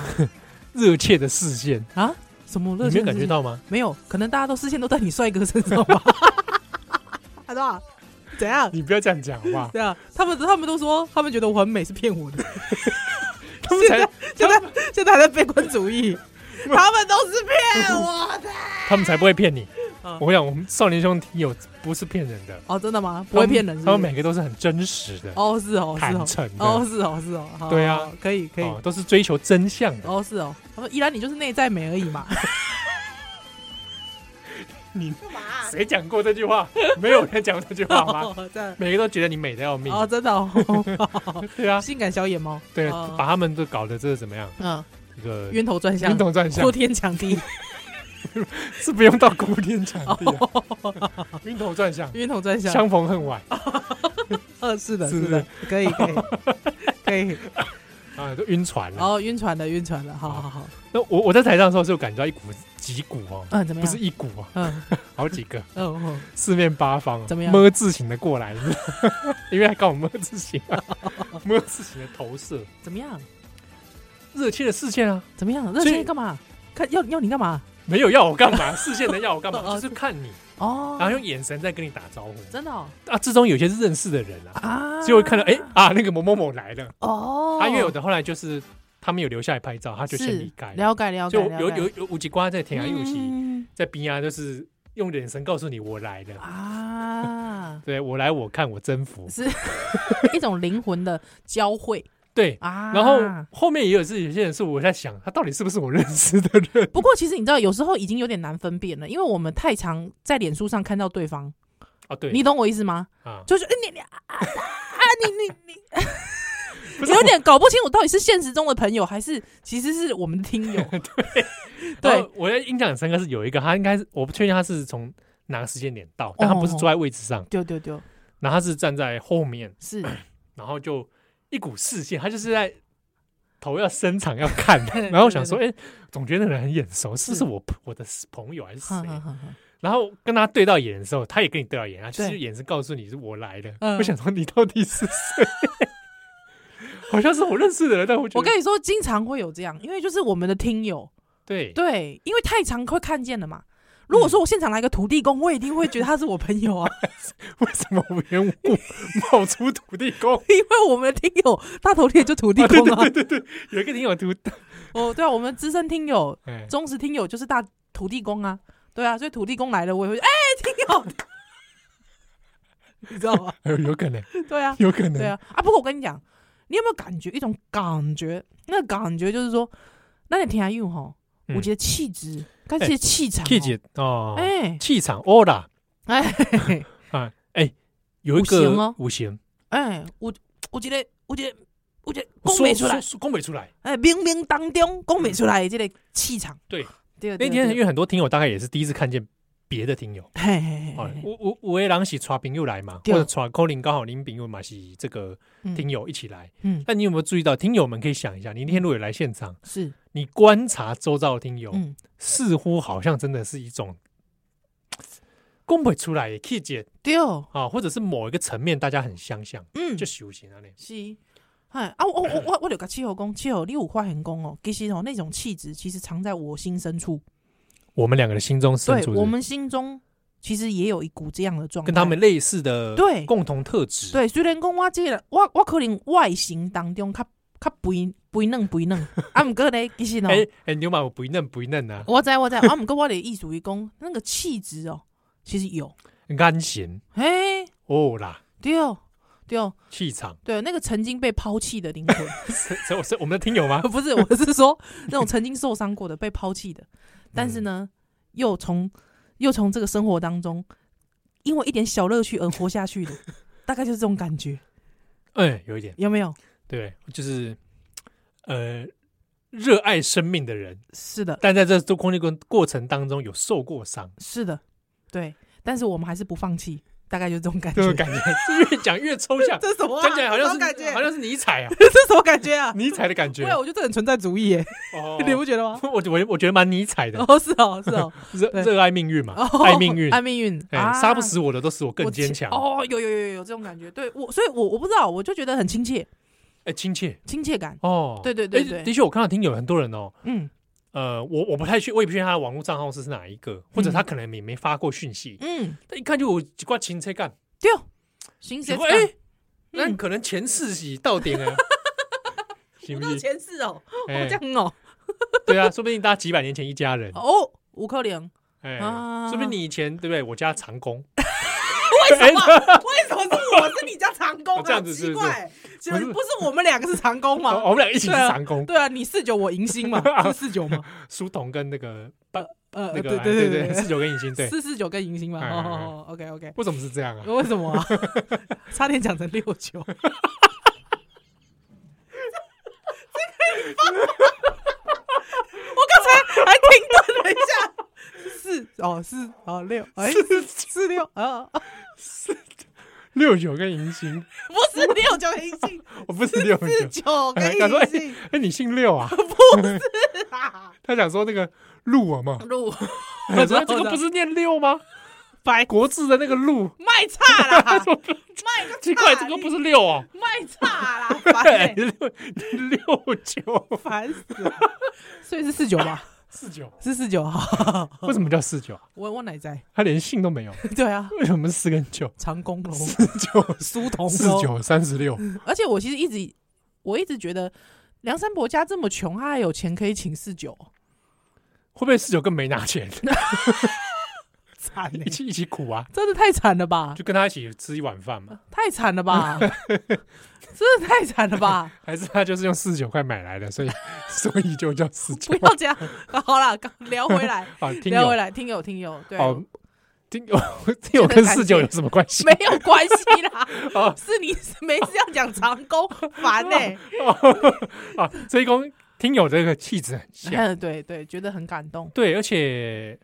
Speaker 3: 热切的视线，
Speaker 2: 啊？什么热
Speaker 3: 你
Speaker 2: 情？
Speaker 3: 没有感觉？到 吗？
Speaker 2: 没有，可能大家都视线都在你帅哥身上 吧？好不好？怎样？
Speaker 3: 你不要这样讲好不好？
Speaker 2: 对啊，他们他们都说他们觉得我很美是骗我的，
Speaker 3: 他们 才
Speaker 2: 现在现在还在悲观主义，他们都是骗我 的。
Speaker 3: 他们才不会骗你
Speaker 2: 嗯。
Speaker 3: 我想我们少年兄听友不是骗人的，
Speaker 2: 哦，真的吗？不会骗人是
Speaker 3: 他
Speaker 2: 不
Speaker 3: 们
Speaker 2: 是？
Speaker 3: 每个都是很真实的，
Speaker 2: 哦，是哦，是
Speaker 3: 坦
Speaker 2: 哦，
Speaker 3: 诚的，
Speaker 2: 哦，是哦，是哦，好
Speaker 3: 对啊
Speaker 2: 好好可以可以，
Speaker 3: 哦都是追求真相的。
Speaker 2: 哦，是哦，他们依然你就是内在美而已嘛，
Speaker 3: 你谁讲过这句话？ 没有人讲过这句话吗？
Speaker 2: 哦这样
Speaker 3: 每个都觉得你美的要命，
Speaker 2: 哦，真的 哦，
Speaker 3: 对啊，
Speaker 2: 性感小野猫，
Speaker 3: 对，
Speaker 2: 哦
Speaker 3: 把他们都搞得这怎么样？
Speaker 2: 嗯，
Speaker 3: 一个
Speaker 2: 晕头转向
Speaker 3: 晕，头转向
Speaker 2: 哭，天抢地，
Speaker 3: 是不用到哭天抢地啊， 晕头转向，
Speaker 2: 哦晕头转向，
Speaker 3: 相逢恨晚
Speaker 2: 呃，是的，
Speaker 3: 是不
Speaker 2: 是的，可以 可以可以，
Speaker 3: 啊，都晕船了。
Speaker 2: 哦，晕船了，晕船了，好好好，
Speaker 3: 那我我在台上的时候是有感觉到一股几股哦，
Speaker 2: 嗯，怎么
Speaker 3: 不
Speaker 2: 样
Speaker 3: 是？一股哦，
Speaker 2: 嗯
Speaker 3: 好几个，
Speaker 2: 嗯嗯，
Speaker 3: 四面八方哦
Speaker 2: 怎么样
Speaker 3: 么字形的 过来，你知道吗因为他刚好么字形 啊，么字形的投射，
Speaker 2: 怎么样？
Speaker 3: 热切的视线啊，
Speaker 2: 怎么样？热
Speaker 3: 所以
Speaker 2: 线干嘛？看要要你干嘛？
Speaker 3: 没有要我干嘛，视线能要我干嘛？
Speaker 2: 哦
Speaker 3: 就是看你，
Speaker 2: 哦，
Speaker 3: 然后用眼神在跟你打招呼
Speaker 2: 真的哦
Speaker 3: 啊。之中有些是认识的人啊，
Speaker 2: 啊，
Speaker 3: 所以我看到哎啊，那个某某某来了。
Speaker 2: 哦，
Speaker 3: 啊，因为有的后来就是他们有留下来拍照，他就先离开
Speaker 2: 是。了解了解，
Speaker 3: 就
Speaker 2: 了
Speaker 3: 有
Speaker 2: 解
Speaker 3: 有有五级瓜在天涯，有级
Speaker 2: 嗯
Speaker 3: 在边啊，就是用眼神告诉你我来了，，
Speaker 2: 啊
Speaker 3: 对我来我看我征服，
Speaker 2: 是一种灵魂的交汇
Speaker 3: 对。
Speaker 2: 啊。
Speaker 3: 然后后面也有是有些人是我在想，他到底是不是我认识的人？
Speaker 2: 不过其实你知道，有时候已经有点难分辨了，因为我们太常在脸书上看到对方，
Speaker 3: 啊，对，
Speaker 2: 你懂我意思吗？
Speaker 3: 啊，
Speaker 2: 就是哎你你啊啊啊你你你
Speaker 3: 不是
Speaker 2: 有点搞不清楚到底是现实中的朋友，还是其实是我们的听 友。
Speaker 3: 然
Speaker 2: 对
Speaker 3: 后我在印象很深刻是有一个，他应该是我不确定他是从哪个时间点到，但他
Speaker 2: 哦
Speaker 3: 不是坐在位置上，
Speaker 2: 对对对，
Speaker 3: 然后他是站在后面，
Speaker 2: 是
Speaker 3: 然后就一股视线，他就是在头要伸长要看
Speaker 2: 对，
Speaker 3: 然后想说，
Speaker 2: 对
Speaker 3: 哎、总觉得那人很眼熟，是不
Speaker 2: 是
Speaker 3: 是我我的朋友还是谁
Speaker 2: 哼？哼哼哼
Speaker 3: 然后跟他对到眼的时候，他也跟你对到眼啊，就是
Speaker 2: 对
Speaker 3: 眼神告诉你是我来的。
Speaker 2: 嗯
Speaker 3: 我想说你到底是谁？ 好像是我认识的人，但我觉得
Speaker 2: 我跟你说，经常会有这样，因为就是我们的听友，
Speaker 3: 对
Speaker 2: 对，因为太常会看见了嘛。如果说我现场来个土地公，我一定会觉得他是我朋友 啊，
Speaker 3: 为什么无缘无故冒出土地公？啊
Speaker 2: 因为我们的听友大头贴就土 地公啊。
Speaker 3: 有一个挺有土，
Speaker 2: 哦，对啊，我们资深听友、
Speaker 3: 哎，
Speaker 2: 忠实听友就是大土地公啊，对啊，所以土地公来了，我也会哎、听友，你知道 吗？
Speaker 3: 哎呦有可能，
Speaker 2: 对啊，
Speaker 3: 有可能，
Speaker 2: 对啊，啊！不过我跟你讲，你有没有感觉一种感觉？那个感觉就是说，那你听下用吼，
Speaker 3: 嗯哎
Speaker 2: 我觉得气质，跟这些气场哦，
Speaker 3: 气质哦，
Speaker 2: 哎
Speaker 3: 气场 a u r
Speaker 2: 哎
Speaker 3: 啊，哎，有一
Speaker 2: 五
Speaker 3: 个
Speaker 2: 行哦
Speaker 3: 五行，
Speaker 2: 哎，我我觉得，我觉得，我觉得讲不出来
Speaker 3: 说，，说说不出来。
Speaker 2: 哎，冥冥当中讲不出来的这个气场。
Speaker 3: 对
Speaker 2: 对，对
Speaker 3: 那天因
Speaker 2: 对
Speaker 3: 为很多听友大概也是第一次看见别的听友，
Speaker 2: 嘿嘿
Speaker 3: 哦
Speaker 2: 嘿，嘿，
Speaker 3: 有有有的人是带朋友来嘛，或
Speaker 2: 对啊
Speaker 3: 者带可能刚好林朋友嘛是这个
Speaker 2: 嗯
Speaker 3: 听友一起来。
Speaker 2: 嗯
Speaker 3: 那你有没有注意到，听友们可以想一下，你那天如果有来现场，
Speaker 2: 是
Speaker 3: 你观察周遭的听友，
Speaker 2: 嗯
Speaker 3: 似乎好像真的是一种供不出来的气节
Speaker 2: 对
Speaker 3: 啊，或者是某一个层面大家很相像，
Speaker 2: 嗯
Speaker 3: 就修行啊那。
Speaker 2: 是。哎啊，我我我我有个气候公，气候你有发现讲哦，其实哦那种气质其实藏在我心深处。
Speaker 3: 我们两个的心中深
Speaker 2: 对
Speaker 3: 处，
Speaker 2: 我们心中其实也有一股这样的状态，
Speaker 3: 跟他们类似的
Speaker 2: 对
Speaker 3: 共同特质，
Speaker 2: 对。虽然讲我这个人我我可能外形当中较较肥肥嫩肥嫩，啊，毋过咧其实哦，
Speaker 3: 哎哎，牛马我不嫩不嫩啊，
Speaker 2: 我知我知，啊，毋过我的意思是讲那个气质哦，其实有，
Speaker 3: 安闲
Speaker 2: 嘿，
Speaker 3: 哦啦，
Speaker 2: 对哦，对哦，
Speaker 3: 气场，
Speaker 2: 对哦，那个曾经被抛弃的灵魂，
Speaker 3: 是是是我们的听友吗？
Speaker 2: 不是，我是说那种曾经受伤过的、被抛弃的， 但是呢，
Speaker 3: 嗯
Speaker 2: 又从又从这个生活当中，因为一点小乐趣而活下去的，大概就是这种感觉，
Speaker 3: 嗯，有一点，
Speaker 2: 有没有？
Speaker 3: 对，就是呃，热爱生命的人，
Speaker 2: 是的，
Speaker 3: 但在这做空间过过程当中有受过伤，
Speaker 2: 是的，对。但是我们还是不放弃，大概就是这种感
Speaker 3: 这
Speaker 2: 觉
Speaker 3: 种。感觉是越讲越抽 象，
Speaker 2: 这是什么啊
Speaker 3: 讲起来好像
Speaker 2: 这
Speaker 3: 是
Speaker 2: 种
Speaker 3: 好
Speaker 2: 感觉，
Speaker 3: 像是尼采啊，
Speaker 2: 这是什么感 觉啊？
Speaker 3: 尼采的感觉
Speaker 2: 对啊，。我觉得这很存在主义耶，
Speaker 3: 哦
Speaker 2: 你不觉得吗？
Speaker 3: 我我我觉得蛮尼采的，
Speaker 2: 哦，是哦，是哦，
Speaker 3: 热
Speaker 2: 对
Speaker 3: 热爱命运嘛，
Speaker 2: 哦
Speaker 3: 爱命运，
Speaker 2: 爱命运，
Speaker 3: 哎，
Speaker 2: 啊
Speaker 3: 杀不死我的都使我
Speaker 2: 我
Speaker 3: 更坚
Speaker 2: 切
Speaker 3: 强，
Speaker 2: 哦，有有有有有这种感觉，对我，所以我我不知道，我就觉得很亲切，
Speaker 3: 哎，亲切
Speaker 2: 亲切感。
Speaker 3: 哦，
Speaker 2: 对对对
Speaker 3: 哎
Speaker 2: 对
Speaker 3: 的确，我看到听友很多人哦，
Speaker 2: 嗯
Speaker 3: 呃，我我不太确，我也不确定他的网络账号是哪一个，或者他可能也没发过讯息，
Speaker 2: 嗯，
Speaker 3: 但一看就有几挂情车干，
Speaker 2: 对，行
Speaker 3: 结
Speaker 2: 谁
Speaker 3: 果
Speaker 2: 哎
Speaker 3: 哎，，那可能前世是到点 了，行
Speaker 2: 不
Speaker 3: 不
Speaker 2: 到
Speaker 3: 行？
Speaker 2: 前世哦，
Speaker 3: 哎
Speaker 2: 哦这样哦，
Speaker 3: 对啊，说不定大家几百年前一家人，
Speaker 2: 哦，五颗零，
Speaker 3: 哎，
Speaker 2: 啊
Speaker 3: 说不定你以前对不对？我家长 工，哎
Speaker 2: 为 什么？为什么是我是你家长工啊？
Speaker 3: 哦这样子是
Speaker 2: 奇
Speaker 3: 不是
Speaker 2: 怪，就
Speaker 3: 不
Speaker 2: 是
Speaker 3: 是
Speaker 2: 不是我们两个是长工
Speaker 3: 哦我
Speaker 2: 吗？
Speaker 3: 们俩一起是
Speaker 2: 对啊
Speaker 3: 长工，
Speaker 2: 对啊，你四九我迎新嘛，是四九 吗？
Speaker 3: 书童跟那个班
Speaker 2: 呃，
Speaker 3: 那
Speaker 2: 对
Speaker 3: 个
Speaker 2: 对
Speaker 3: 哎
Speaker 2: 对
Speaker 3: 对
Speaker 2: 对
Speaker 3: 四九跟尹星对，
Speaker 2: 四四九跟迎新嘛。
Speaker 3: 哎
Speaker 2: 哦哦哦，OK OK，
Speaker 3: 为什么是这样啊？
Speaker 2: 为什么啊？ 差点讲成六九。 我刚才还停顿了一下，四哦四哦六哎
Speaker 3: 四
Speaker 2: 四六啊，哦
Speaker 3: 六九跟银星，
Speaker 2: 不是六九银 杏，
Speaker 3: 我不是六
Speaker 2: 四
Speaker 3: 九。
Speaker 2: 九跟
Speaker 3: 他说
Speaker 2: 银 杏
Speaker 3: 哎，你姓六啊？
Speaker 2: 啊，
Speaker 3: 他想说那个鹿啊嘛，
Speaker 2: 路
Speaker 3: 我说这个不是念六吗？ 白国字的那个鹿，
Speaker 2: 卖差啦，卖个
Speaker 3: 奇怪，这个不是六哦，
Speaker 2: 卖差啦，
Speaker 3: 哎
Speaker 2: 烦欸
Speaker 3: 六六九
Speaker 2: 烦死了， 所以是四九吧？
Speaker 3: 四九，
Speaker 2: 是四九哈，
Speaker 3: 为什么叫四九啊？
Speaker 2: 我我奶在，
Speaker 3: 他连姓都没有，
Speaker 2: 对啊，
Speaker 3: 为什么是四跟九？
Speaker 2: 长工楼。
Speaker 3: 四九
Speaker 2: 书童
Speaker 3: 四九三十六，
Speaker 2: 而且我其实一直我一直觉得梁山伯家这么穷，他还有钱可以请四九，
Speaker 3: 会不会四九更没拿钱？
Speaker 2: 惨
Speaker 3: 一起一起苦啊，
Speaker 2: 真的太惨了吧，
Speaker 3: 就跟他一起吃一碗饭 嘛？
Speaker 2: 太惨了吧，真的太惨了吧！
Speaker 3: 还是他就是用四十九块买来的，所以 所以就叫四九
Speaker 2: 不要这样， 好啦，刚聊回来，
Speaker 3: 啊？听
Speaker 2: 聊
Speaker 3: 友
Speaker 2: 回来，听友听友，对，
Speaker 3: 哦，听 友听友跟四九有什么关系？
Speaker 2: 没有关系啦，
Speaker 3: 哦
Speaker 2: 是你没事要讲长工，烦呢、欸。
Speaker 3: 啊，这一公听友这个气质很像，
Speaker 2: 嗯， 对对，觉得很感动，
Speaker 3: 对，而且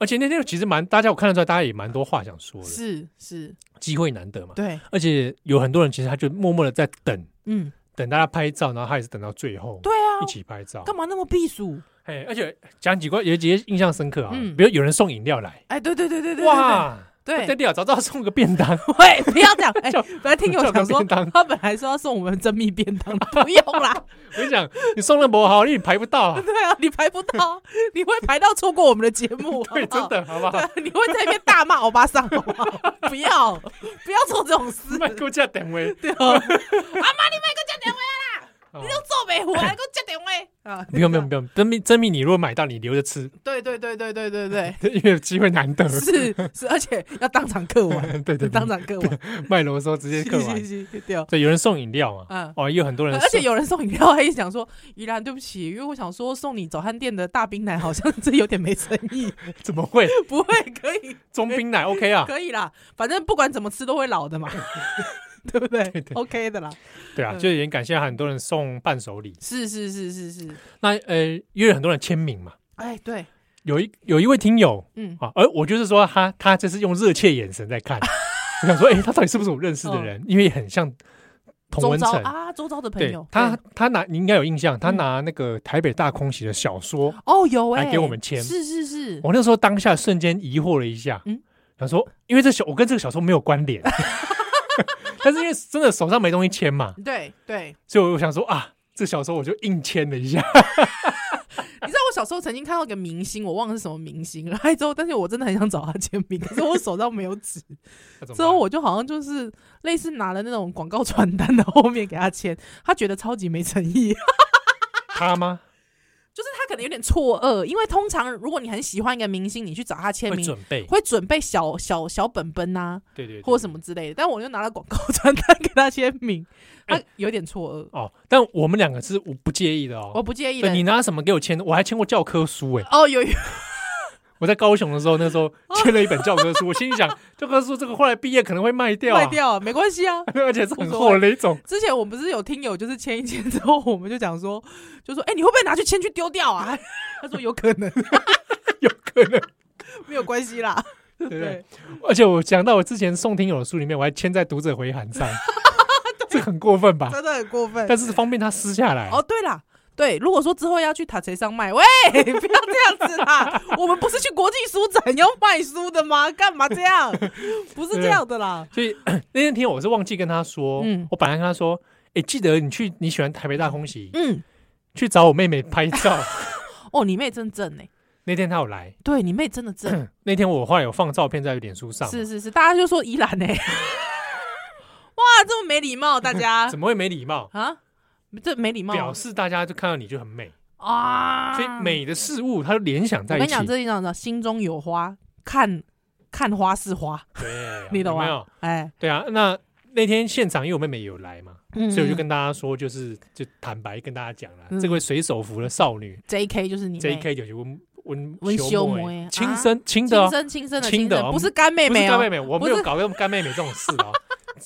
Speaker 3: 而且那天其实蛮大家我看得出来，大家也蛮多话想说的，
Speaker 2: 是是，
Speaker 3: 机会难得嘛，
Speaker 2: 对，
Speaker 3: 而且有很多人其实他就默默的在等
Speaker 2: 嗯，
Speaker 3: 等大家拍照，然后他也是等到最后
Speaker 2: 对啊
Speaker 3: 一，起拍照。
Speaker 2: 干嘛那么避暑？
Speaker 3: 哎，而且讲几个有几个印象深刻啊
Speaker 2: 嗯，
Speaker 3: 比如有人送饮料来，
Speaker 2: 哎，对对对对对，
Speaker 3: 哇，
Speaker 2: 对，
Speaker 3: 这
Speaker 2: 对，
Speaker 3: 料早知道送个便当，
Speaker 2: 喂，不要这样，哎，本来听
Speaker 3: 叫
Speaker 2: 我
Speaker 3: 个
Speaker 2: 讲说
Speaker 3: 便当，
Speaker 2: 他本来说要送我们珍蜜便当，不用 啦，
Speaker 3: 我跟你讲，你送了不好，你排不到啊，
Speaker 2: 对啊，你排不到，你会排到错过我们的节目，
Speaker 3: 对，
Speaker 2: 好不好
Speaker 3: 哎真。的，好不好？
Speaker 2: 对，啊你会在那边大骂欧巴桑，好不好？ 不要，不要做这种 事。
Speaker 3: 卖够价点位，
Speaker 2: 对哦，阿妈，你卖个接 电话啦，
Speaker 3: 哦
Speaker 2: 啊你都做没回来，给我接电话 啊！
Speaker 3: 不用不用不用，真蜜真蜜，你如果买到，你留着吃，
Speaker 2: 对对对对对对 对，
Speaker 3: 因为机会难得，
Speaker 2: 是是，而且要当场嗑完，
Speaker 3: 对对对
Speaker 2: 当场嗑 完，
Speaker 3: 卖楼的时候直接刻完
Speaker 2: 是。是是对哦。
Speaker 3: 对，有人送饮料嘛
Speaker 2: 嗯，
Speaker 3: 哦，也有很多人送，
Speaker 2: 而且有人送饮料，还一直讲说：“怡然，对不起，因为我想说送你早餐店的大冰奶，好像这有点没诚 意。
Speaker 3: 怎么会”
Speaker 2: 不会，可以，
Speaker 3: 中冰奶 OK 啊？
Speaker 2: 可以啦，反正不管怎么吃都会 老的嘛，对不对
Speaker 3: 对对
Speaker 2: o k 的啦。
Speaker 3: 对啊，
Speaker 2: 嗯
Speaker 3: 就也很感谢很多人送伴手礼，
Speaker 2: 是是是是是，
Speaker 3: 那呃，也有很多人签名嘛。
Speaker 2: 哎，对，
Speaker 3: 有一有一位听友
Speaker 2: 嗯，
Speaker 3: 啊，而我就是说他他这是用热切眼神在 看，我想说，哎、他到底是不是我认识的人？因为很像童
Speaker 2: 周
Speaker 3: 文
Speaker 2: 遭
Speaker 3: 成，
Speaker 2: 嗯啊，周遭的朋
Speaker 3: 对
Speaker 2: 友，
Speaker 3: 他
Speaker 2: 对
Speaker 3: 他拿你应该有印象，他
Speaker 2: 嗯
Speaker 3: 拿那个台北大空袭的小说，
Speaker 2: 哦有哎、
Speaker 3: 来给我们签
Speaker 2: 是是是，
Speaker 3: 我那时候当下瞬间疑惑了一下，嗯
Speaker 2: 嗯，
Speaker 3: 他说，因为这小我跟这个小说没有关联， 但是因为真的手上没东西签嘛，
Speaker 2: 对对，
Speaker 3: 所以我想说啊。这小说我就硬签了一下，
Speaker 2: 你知道我小时候曾经看到一个明星，我忘了是什么明星，来之后，但是我真的很想找他签名，可是我手上没有纸，之后我就好像就是类似拿了那种广告传单的后面给他签，他觉得超级没诚意，
Speaker 3: 他吗？
Speaker 2: 就是他可能有点错愕，因为通常如果你很喜欢一个明星，你去找他签
Speaker 3: 会
Speaker 2: 名，
Speaker 3: 准备，
Speaker 2: 会准备小小小本本呐、
Speaker 3: 对对，对
Speaker 2: 或什么之类的，但我就拿了广告传单给他签名，他
Speaker 3: 哎
Speaker 2: 有点错愕，
Speaker 3: 哦。但我们两个是我不介意的哦，
Speaker 2: 我不介意
Speaker 3: 对
Speaker 2: 的
Speaker 3: 你。拿什么给我签？我还签过教科书 哎、
Speaker 2: 哦，有有
Speaker 3: 我在高雄的时候，那时候
Speaker 2: 哦
Speaker 3: 签了一本教科书，我心里想，教科书这个后来毕业可能会卖掉、啊，
Speaker 2: 坏掉啊，没关系啊。
Speaker 3: 而且是很厚的那一种。
Speaker 2: 之前我们不是有听友就是签一签之后，我们就讲说， 就说哎、你会不会拿去签去丢掉啊？ 他说有可能，
Speaker 3: 有可能，
Speaker 2: 没有关系啦。
Speaker 3: 对不对
Speaker 2: 对？
Speaker 3: 而且我讲到我之前送听友的书里面，我还签在读者回函 上，这很过分吧？
Speaker 2: 真的很过分。
Speaker 3: 但是方便他撕下来，
Speaker 2: 哦，对啦，对，如果说之后要去塔谁上卖，喂， 不要这样子 啦，我们不是去国际书展要卖书的吗？干嘛 这样？不是这样的啦。
Speaker 3: 所以那天听友我是忘记跟他说，
Speaker 2: 嗯
Speaker 3: 我本来跟他说，哎、记得你去你喜欢台北大空袭，
Speaker 2: 嗯，
Speaker 3: 去找我妹妹拍照。
Speaker 2: 哦，你妹真正呢、
Speaker 3: 那天他有来，
Speaker 2: 对你妹真的 正，
Speaker 3: 那天我后来有放照片在脸书上嘛，
Speaker 2: 是是是，大家就说宜 兰呢、哇，这么没礼貌，大家
Speaker 3: 怎么会没礼貌？
Speaker 2: 啊，这没礼貌
Speaker 3: 表示大家就看到你就很美，
Speaker 2: 啊！
Speaker 3: 所以，美的事物它就联想
Speaker 2: 我
Speaker 3: 在
Speaker 2: 跟
Speaker 3: 一
Speaker 2: 你
Speaker 3: 起。
Speaker 2: 讲，这一讲的心中有花，看看花是花，
Speaker 3: 对，啊
Speaker 2: 你懂
Speaker 3: 有
Speaker 2: 吗？
Speaker 3: 没有？
Speaker 2: 哎，
Speaker 3: 对啊，那那天现场因为我妹妹也有来嘛，
Speaker 2: 嗯
Speaker 3: 所以我就跟大家说，就是就坦白跟大家讲了，
Speaker 2: 嗯
Speaker 3: 这位水手服的少女
Speaker 2: J K 就是你妹
Speaker 3: J K 就是温温
Speaker 2: 温
Speaker 3: 修
Speaker 2: 修
Speaker 3: 莫
Speaker 2: 摩
Speaker 3: 耶
Speaker 2: 耶
Speaker 3: 亲
Speaker 2: 啊
Speaker 3: 生亲的
Speaker 2: 亲
Speaker 3: 哦，
Speaker 2: 生亲生的
Speaker 3: 亲
Speaker 2: 亲
Speaker 3: 的
Speaker 2: 生，
Speaker 3: 哦
Speaker 2: 不是干妹
Speaker 3: 不是
Speaker 2: 妹哦
Speaker 3: 干妹妹，我没
Speaker 2: 不
Speaker 3: 有
Speaker 2: 是
Speaker 3: 搞过干妹妹这种事哦，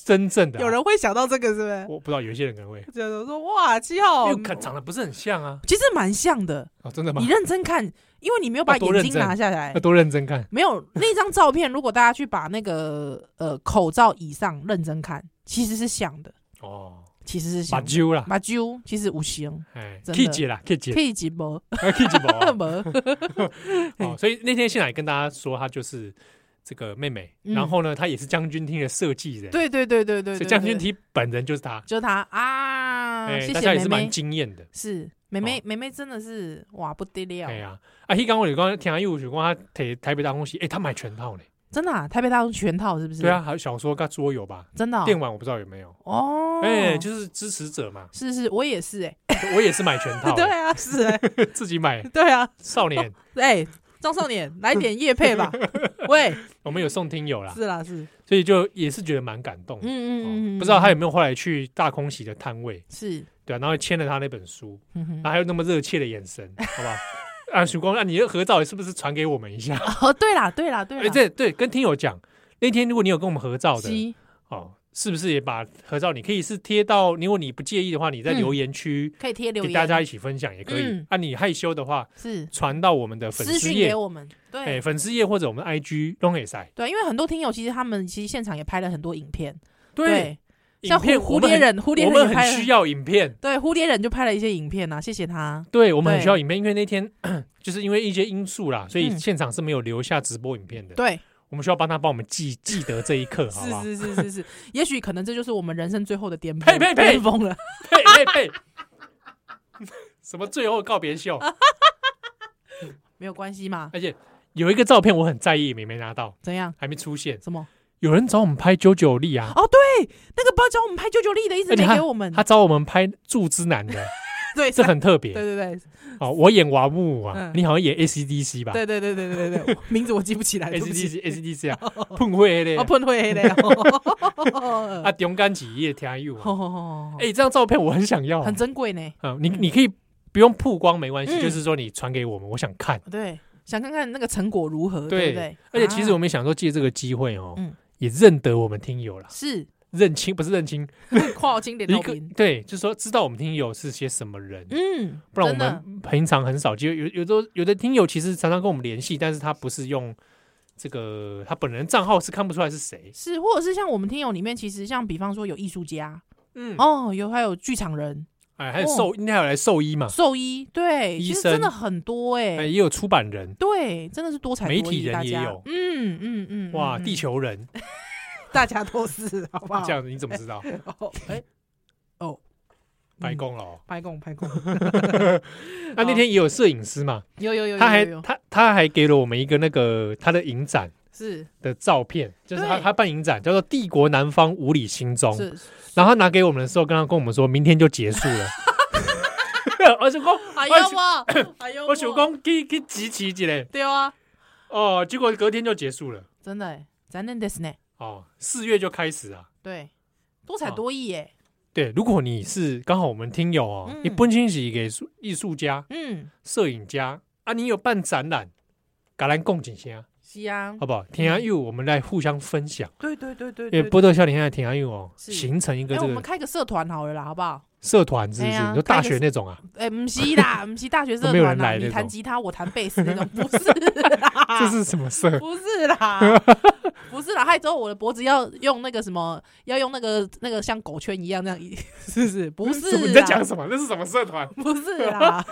Speaker 3: 真正的啊
Speaker 2: 有人会想到这个是不是？
Speaker 3: 我不知哎道，有些人可能会，
Speaker 2: 就是说哇，七号嗯
Speaker 3: 因为看长得不是很像啊，
Speaker 2: 其实蛮像的，
Speaker 3: 哦，真的吗
Speaker 2: 你？认哦真看，因为你没有把
Speaker 3: 要哦多认
Speaker 2: 眼睛
Speaker 3: 真
Speaker 2: 拿下来
Speaker 3: 要。多认真看，
Speaker 2: 没有那张照片，如果大家去把那个呃口罩以上认真看，其实是像的，
Speaker 3: 哦，
Speaker 2: 其实是
Speaker 3: 把
Speaker 2: 像的。
Speaker 3: 揪啦，
Speaker 2: 马啾其实无形，
Speaker 3: 哎
Speaker 2: 真的
Speaker 3: ，K 姐啦，K 姐
Speaker 2: 可以几波
Speaker 3: ，K 姐宝 啊。
Speaker 2: 波，
Speaker 3: 哦，所以那天现场也跟大家说，她就是这个妹妹，
Speaker 2: 嗯
Speaker 3: 然后呢，她也是将军厅的设计人，，
Speaker 2: 对对对对对
Speaker 3: 所
Speaker 2: 对，
Speaker 3: 以将军
Speaker 2: 对
Speaker 3: 厅本人就是她，
Speaker 2: 就他啊，
Speaker 3: 哎，
Speaker 2: 谢
Speaker 3: 大家
Speaker 2: 谢
Speaker 3: 也
Speaker 2: 妹
Speaker 3: 是蛮
Speaker 2: 妹，
Speaker 3: 惊艳的，
Speaker 2: 是妹妹妹妹真的是哇不得了
Speaker 3: 哎，呀，啊，他刚我有刚听阿义武学光，他台台北大空袭，哎，他买全套呢，
Speaker 2: 真的啊台北大陆全套是不是？
Speaker 3: 对啊，，还有小说跟桌游吧，
Speaker 2: 真的哦
Speaker 3: 电玩我不知道有没有，
Speaker 2: 哦，，
Speaker 3: 哎，就是支持者嘛
Speaker 2: 是是，我也是 哎、
Speaker 3: 我也是买全套，
Speaker 2: 对啊，是哎、
Speaker 3: 自己买，
Speaker 2: 对啊，
Speaker 3: 少年，
Speaker 2: 哎、张少年来点叶 配吧，喂，
Speaker 3: 我们有送听友啦，
Speaker 2: 是啦是，
Speaker 3: 所以就也是觉得蛮感动
Speaker 2: 嗯
Speaker 3: 的。
Speaker 2: 嗯嗯
Speaker 3: 啊哦
Speaker 2: 嗯，
Speaker 3: 不知道他有
Speaker 2: 嗯
Speaker 3: 没有后来去大空袭的摊位，
Speaker 2: 是，
Speaker 3: 对啊，然后签了他那本书，
Speaker 2: 嗯哼
Speaker 3: 然后还有那么热切的眼神，好不 好？啊，曙光，那、你的合照是不是传给我们一下？
Speaker 2: 哦，对啦对啦对
Speaker 3: 哎，
Speaker 2: 啦，
Speaker 3: 对对，跟听友讲，那天如果你有跟我们合照的，
Speaker 2: 是
Speaker 3: 哦，是不是也把合照？你可以是贴到，如果你不介意的话，你在
Speaker 2: 嗯
Speaker 3: 留言区
Speaker 2: 可以贴留
Speaker 3: 给
Speaker 2: 言，
Speaker 3: 大家一起分享也可以。
Speaker 2: 嗯
Speaker 3: 啊，你害羞的话，
Speaker 2: 是
Speaker 3: 传到我们的粉
Speaker 2: 私
Speaker 3: 丝
Speaker 2: 讯
Speaker 3: 页
Speaker 2: 给，我们，对、
Speaker 3: 哎，粉丝页或者我们 IG 都可以晒。
Speaker 2: 对，因为很多听友其实他们其实现场也拍了很多影片，像
Speaker 3: 影片
Speaker 2: 蝴
Speaker 3: 我们
Speaker 2: 蝴蝶
Speaker 3: 很
Speaker 2: 忍蝴蝶
Speaker 3: 我
Speaker 2: 忍
Speaker 3: 们
Speaker 2: 也拍
Speaker 3: 很
Speaker 2: 了
Speaker 3: 需要影片，
Speaker 2: 对，蝴蝶忍就拍了一些影片啊，谢谢他。
Speaker 3: 对我们很
Speaker 2: 对
Speaker 3: 需要影片，因为那天 就是因为一些因素啦，所以
Speaker 2: 嗯
Speaker 3: 现场是没有留下直播影片的。
Speaker 2: 对，
Speaker 3: 我们需要帮他帮我们 记记得这一刻，好不好？
Speaker 2: 是是是是是，也许可能这就是我们人生最后的巅峰，
Speaker 3: 呸呸呸
Speaker 2: 巅峰了。
Speaker 3: 呸呸呸！ 什么最后告别 秀？
Speaker 2: 没有关系嘛？
Speaker 3: 而且有一个照片我很在意，没没拿到，
Speaker 2: 怎样？
Speaker 3: 还没出现。
Speaker 2: 什么？
Speaker 3: 有人找我们拍九九力啊，
Speaker 2: 哦，对，那个包找我们拍九九力的，一直
Speaker 3: 而且
Speaker 2: 没
Speaker 3: 他
Speaker 2: 给我们。
Speaker 3: 哎他找我们拍祝之男 的，
Speaker 2: 对，
Speaker 3: 这
Speaker 2: 他
Speaker 3: 很特
Speaker 2: 对
Speaker 3: 别。
Speaker 2: 对对
Speaker 3: 哦，我演娃木舞啊
Speaker 2: 嗯，
Speaker 3: 你好像演 ACDC 吧
Speaker 2: 对对对对对对对，名字我记不起来，对不起。
Speaker 3: ？ACDC ACDC 啊，碰会
Speaker 2: 啊，
Speaker 3: 嘞，
Speaker 2: 喷灰黑的
Speaker 3: 啊，
Speaker 2: 哦。
Speaker 3: 勇敢起夜听友啊。
Speaker 2: 哦，
Speaker 3: 哎，这张照片我很想要啊，
Speaker 2: 很珍贵呢。
Speaker 3: 嗯，你你可以不用曝光没关系，
Speaker 2: 嗯
Speaker 3: 就是说你传给我们，我想看。
Speaker 2: 对，想看看那个成果如何，对不对？
Speaker 3: 而且其实
Speaker 2: 啊
Speaker 3: 我们想说借这个机会哦
Speaker 2: 嗯，
Speaker 3: 也认得我们听友了，
Speaker 2: 是
Speaker 3: 认清不是认清，
Speaker 2: 跨经典
Speaker 3: 一
Speaker 2: 到
Speaker 3: 个
Speaker 2: 平，
Speaker 3: 对，就是说知道我们听友是些什么人，
Speaker 2: 嗯，
Speaker 3: 不然我
Speaker 2: 真的
Speaker 3: 们平常很少机会。有有的有的听友其实常常跟我们联系，但是他不是用这个他本人账号是看不出来是谁。
Speaker 2: 是，或者是像我们听友里面，其实像比方说有艺术家，
Speaker 3: 嗯，
Speaker 2: 哦，有还有剧场人、
Speaker 3: 哎，还有兽，应该有来兽医嘛，
Speaker 2: 兽医，对，
Speaker 3: 医
Speaker 2: 其实
Speaker 3: 生
Speaker 2: 真的很多哎、
Speaker 3: 哎，也有出版人，
Speaker 2: 对，真的是多彩多
Speaker 3: 媒
Speaker 2: 艺，
Speaker 3: 体人
Speaker 2: 大
Speaker 3: 也
Speaker 2: 家
Speaker 3: 有
Speaker 2: 嗯嗯嗯，
Speaker 3: 哇，
Speaker 2: 嗯
Speaker 3: 地，球人，
Speaker 2: 嗯大家都 是，好不好？
Speaker 3: 这样子你怎么知道？
Speaker 2: 哦，哎、哦，
Speaker 3: 白
Speaker 2: 嗯，
Speaker 3: 宫了哦。
Speaker 2: 白宫，白宫，
Speaker 3: 那那天也有摄影师嘛，
Speaker 2: 有嗯有有有有有，
Speaker 3: 他还他他还给了我们一个那个他的影展
Speaker 2: 是
Speaker 3: 的照片，就是他
Speaker 2: 对
Speaker 3: 他办影展叫做《帝国南方五里新中》，
Speaker 2: 是，
Speaker 3: 然后他拿给我们的时候，刚刚跟我们说明天就结束 了。 我想讲，
Speaker 2: 哎
Speaker 3: 我
Speaker 2: 呦 哇，哎呦
Speaker 3: 我 想
Speaker 2: 哇，
Speaker 3: 讲去去集齐一下，
Speaker 2: 对啊，
Speaker 3: 哦，结果隔天就结束了，
Speaker 2: 真的哎，咱那 this 呢，
Speaker 3: 哦，四月就开始啊。
Speaker 2: 对，多彩
Speaker 3: 哦
Speaker 2: 多艺哎，
Speaker 3: 对，如果你是刚好我们听友哦，
Speaker 2: 嗯
Speaker 3: 你本身是一个艺术艺术家、
Speaker 2: 嗯，
Speaker 3: 摄影家啊，你有办展览，跟咱共一下，
Speaker 2: 是啊，
Speaker 3: 好不好？天涯佑，我们来互相分享。
Speaker 2: 对对对对
Speaker 3: 因
Speaker 2: 对
Speaker 3: 为波特笑脸现在挺爱用哦，
Speaker 2: 是
Speaker 3: 形成一个
Speaker 2: 哎、
Speaker 3: 这
Speaker 2: 我们
Speaker 3: 个
Speaker 2: 开个社团好了啦，好不好？
Speaker 3: 社团，是不
Speaker 2: 哎
Speaker 3: 是？
Speaker 2: 呀
Speaker 3: 你说大学那种啊，
Speaker 2: 哎、不是啦，不是大学社
Speaker 3: 哦没有人
Speaker 2: 团啦，
Speaker 3: 来那
Speaker 2: 你弹
Speaker 3: 种
Speaker 2: 吉他，我弹贝斯那种，不是 啦，
Speaker 3: 这是什么 社？
Speaker 2: 啊不是啦， 不是啦，害之后我的脖子要用那个什么，要用那个那个像狗圈一样那 样，是不是？不是啊
Speaker 3: 什么
Speaker 2: 啦，？
Speaker 3: 你在讲什么？那是什么社团
Speaker 2: 不是啦，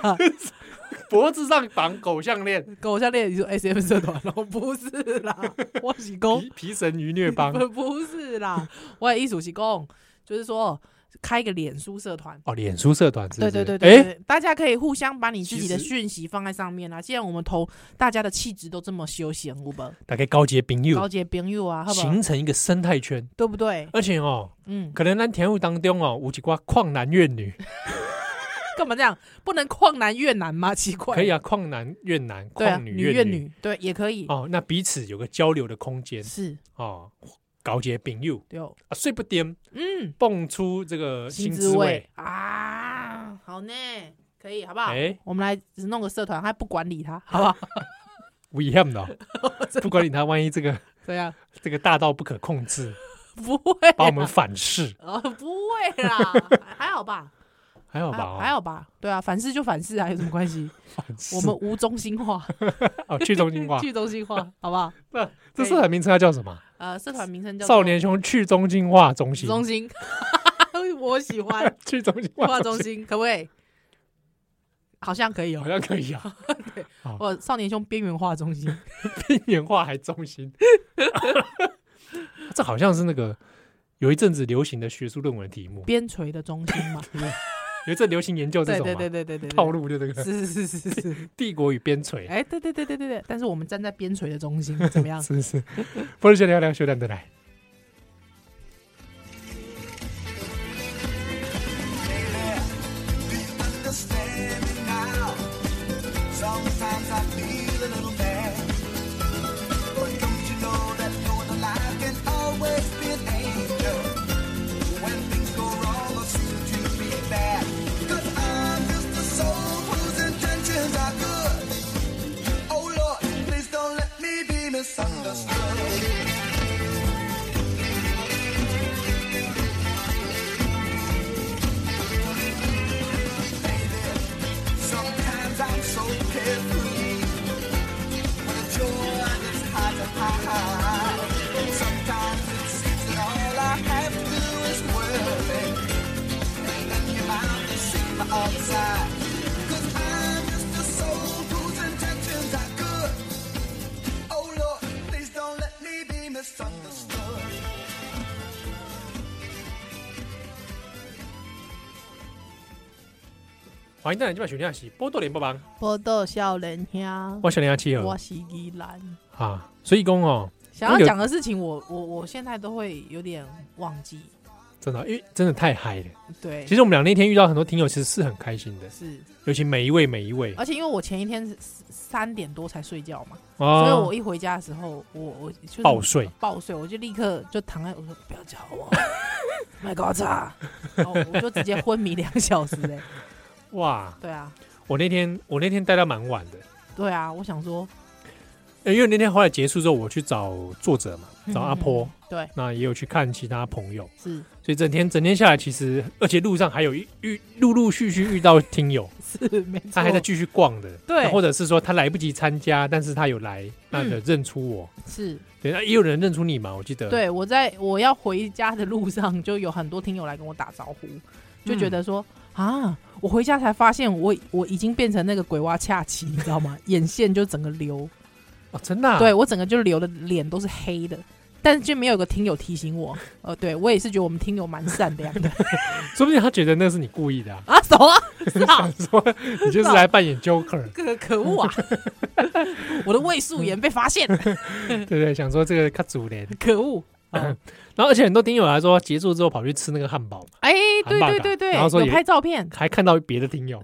Speaker 3: 脖子上绑狗项链，
Speaker 2: 狗项链你说 S M 社团咯，不是 啦，我是公
Speaker 3: 皮，皮神鱼虐帮
Speaker 2: 哦不 不是啦，我的艺术是公，就是说开一个脸书社团。
Speaker 3: 哦，脸书社团是不
Speaker 2: 对
Speaker 3: 是？
Speaker 2: 对对
Speaker 3: 哎
Speaker 2: 对，对，大家可以互相把你自己的
Speaker 3: 其实
Speaker 2: 讯息放在上面啦。既然我们投大家的气质都这么休闲，我们
Speaker 3: 大概高阶朋
Speaker 2: 高
Speaker 3: 友
Speaker 2: 阶朋友啊，好不好？
Speaker 3: 形成一个生态圈，
Speaker 2: 对不对？
Speaker 3: 而且哦，
Speaker 2: 嗯，
Speaker 3: 可能咱田户当中哦，有一挂旷男怨 女，
Speaker 2: 干嘛这样？不能旷男越男吗？ 奇怪，
Speaker 3: 可以啊，旷男怨男，
Speaker 2: 对啊，
Speaker 3: 旷女
Speaker 2: 女
Speaker 3: 怨女
Speaker 2: 女，对，也可以，
Speaker 3: 哦，那彼此有个交流的空间
Speaker 2: 是，
Speaker 3: 哦，高阶朋友
Speaker 2: 对哦，
Speaker 3: 啊，睡不颠
Speaker 2: 嗯，
Speaker 3: 蹦出这个新
Speaker 2: 滋
Speaker 3: 滋味。
Speaker 2: 啊，好呢，可以，好不好？
Speaker 3: 哎，
Speaker 2: 我们来只弄个社团，还不管理他，好不好？
Speaker 3: 危险的哦、不管你他，万一这个
Speaker 2: 对啊，
Speaker 3: 这个大到不可控制，
Speaker 2: 不会啦，
Speaker 3: 把我们反噬，
Speaker 2: 呃，不会啦， 还还好吧，
Speaker 3: 还好
Speaker 2: 还
Speaker 3: 吧、
Speaker 2: 好
Speaker 3: 哦？
Speaker 2: 还好吧，对啊，反噬就反噬啊，有什么关系？
Speaker 3: 反噬，
Speaker 2: 我们无中心化，
Speaker 3: 哦去中心化
Speaker 2: ，去中心化，好不好？
Speaker 3: 那这社团名称它叫什么？
Speaker 2: 呃，社团名称叫做
Speaker 3: 少年兄去中心化中心，
Speaker 2: 中心， 我喜欢
Speaker 3: 去中心化
Speaker 2: 化中，心，可不可以？好像可以
Speaker 3: 好
Speaker 2: 哦，
Speaker 3: 像可以啊，
Speaker 2: 我少年兄边缘化中心，
Speaker 3: 边缘化还中心， 这好像是那个有一阵子流行的学术论文题目，
Speaker 2: 边陲的中心 嘛，
Speaker 3: 有一阵流行研究这
Speaker 2: 对
Speaker 3: 种嘛啊
Speaker 2: 对对对对对，对
Speaker 3: 套，路，就这个
Speaker 2: 是是是是是，
Speaker 3: 帝国与边陲，
Speaker 2: 哎，对对对对对对，但是我们站在边陲的中心，怎么样？
Speaker 3: 是不是？ 不是先聊聊修蛋的来。
Speaker 4: Do you understand it now? Sometimes I feel a little bad. But don't you know that knowing the life can always be an angel? When things go wrong or seem to be bad. Cause I'm just a soul whose intentions are good. Oh Lord, please don't let me be misunderstood. Oh
Speaker 3: 欢迎大家今晚收听的是《波多连播帮》，
Speaker 2: 波豆笑人香，
Speaker 3: 我是林佳七
Speaker 2: 我
Speaker 3: 哦
Speaker 2: 是依兰。
Speaker 3: 啊，所以讲哦，
Speaker 2: 想要讲的事情我，我我现在都会有点忘记。
Speaker 3: 真的，因为真的太嗨了。
Speaker 2: 对，
Speaker 3: 其实我们俩那天遇到很多听友，其实是很开心的，
Speaker 2: 是，
Speaker 3: 尤其每一位每一位
Speaker 2: 而且因为我前一天是三点多才睡觉嘛，所以
Speaker 3: 啊
Speaker 2: 我，一回家的时候，我我就是
Speaker 3: 爆睡
Speaker 2: 爆睡，我就立刻就躺在我说不要叫我，卖高叉，然后我就直接昏迷两小时嘞、
Speaker 3: 哇！
Speaker 2: 对啊，
Speaker 3: 我那天我那天待到蛮晚的，
Speaker 2: 对啊，我想说
Speaker 3: 因为那天后来结束之后，我去找作者嘛，找阿坡，，
Speaker 2: 嗯对，
Speaker 3: 那也有去看其他朋友，
Speaker 2: 是
Speaker 3: 所以整天整天下来，其实而且路上还有一遇陆陆续续遇到听友，
Speaker 2: 是没错，
Speaker 3: 他还在继续逛的，
Speaker 2: 对
Speaker 3: 那或者是说他来不及参加，但是他有来，那
Speaker 2: 嗯
Speaker 3: 有认出我，
Speaker 2: 是
Speaker 3: 对，那也有人认出你嘛，我记得，，
Speaker 2: 对我在我要回家的路上，就有很多听友来跟我打招呼，就觉得说、啊，我回家才发现我我已经变成那个鬼娃恰奇，你知道吗？眼线就整个流，
Speaker 3: 哦，真的、啊，
Speaker 2: 对，我整个就流的脸都是黑的。但是就没有一个听友提醒我，呃，对我也是觉得我们听友蛮善良的，
Speaker 3: 说不定他觉得那是你故意的、啊
Speaker 2: 啊，什么？是啊，
Speaker 3: 说你就是来扮演 Joker，
Speaker 2: 可可恶啊！ 我的胃素颜被发现，
Speaker 3: 对不对？想说这个他主人，
Speaker 2: 可恶！
Speaker 3: 然后而且很多听友还说结束之后跑去吃那个汉堡嘛，
Speaker 2: 哎，
Speaker 3: 韩
Speaker 2: 对
Speaker 3: 爸
Speaker 2: 对
Speaker 3: 爸
Speaker 2: 对对，
Speaker 3: 啊然后说
Speaker 2: 有
Speaker 3: 也
Speaker 2: 拍照片，
Speaker 3: 还看到别的听 友，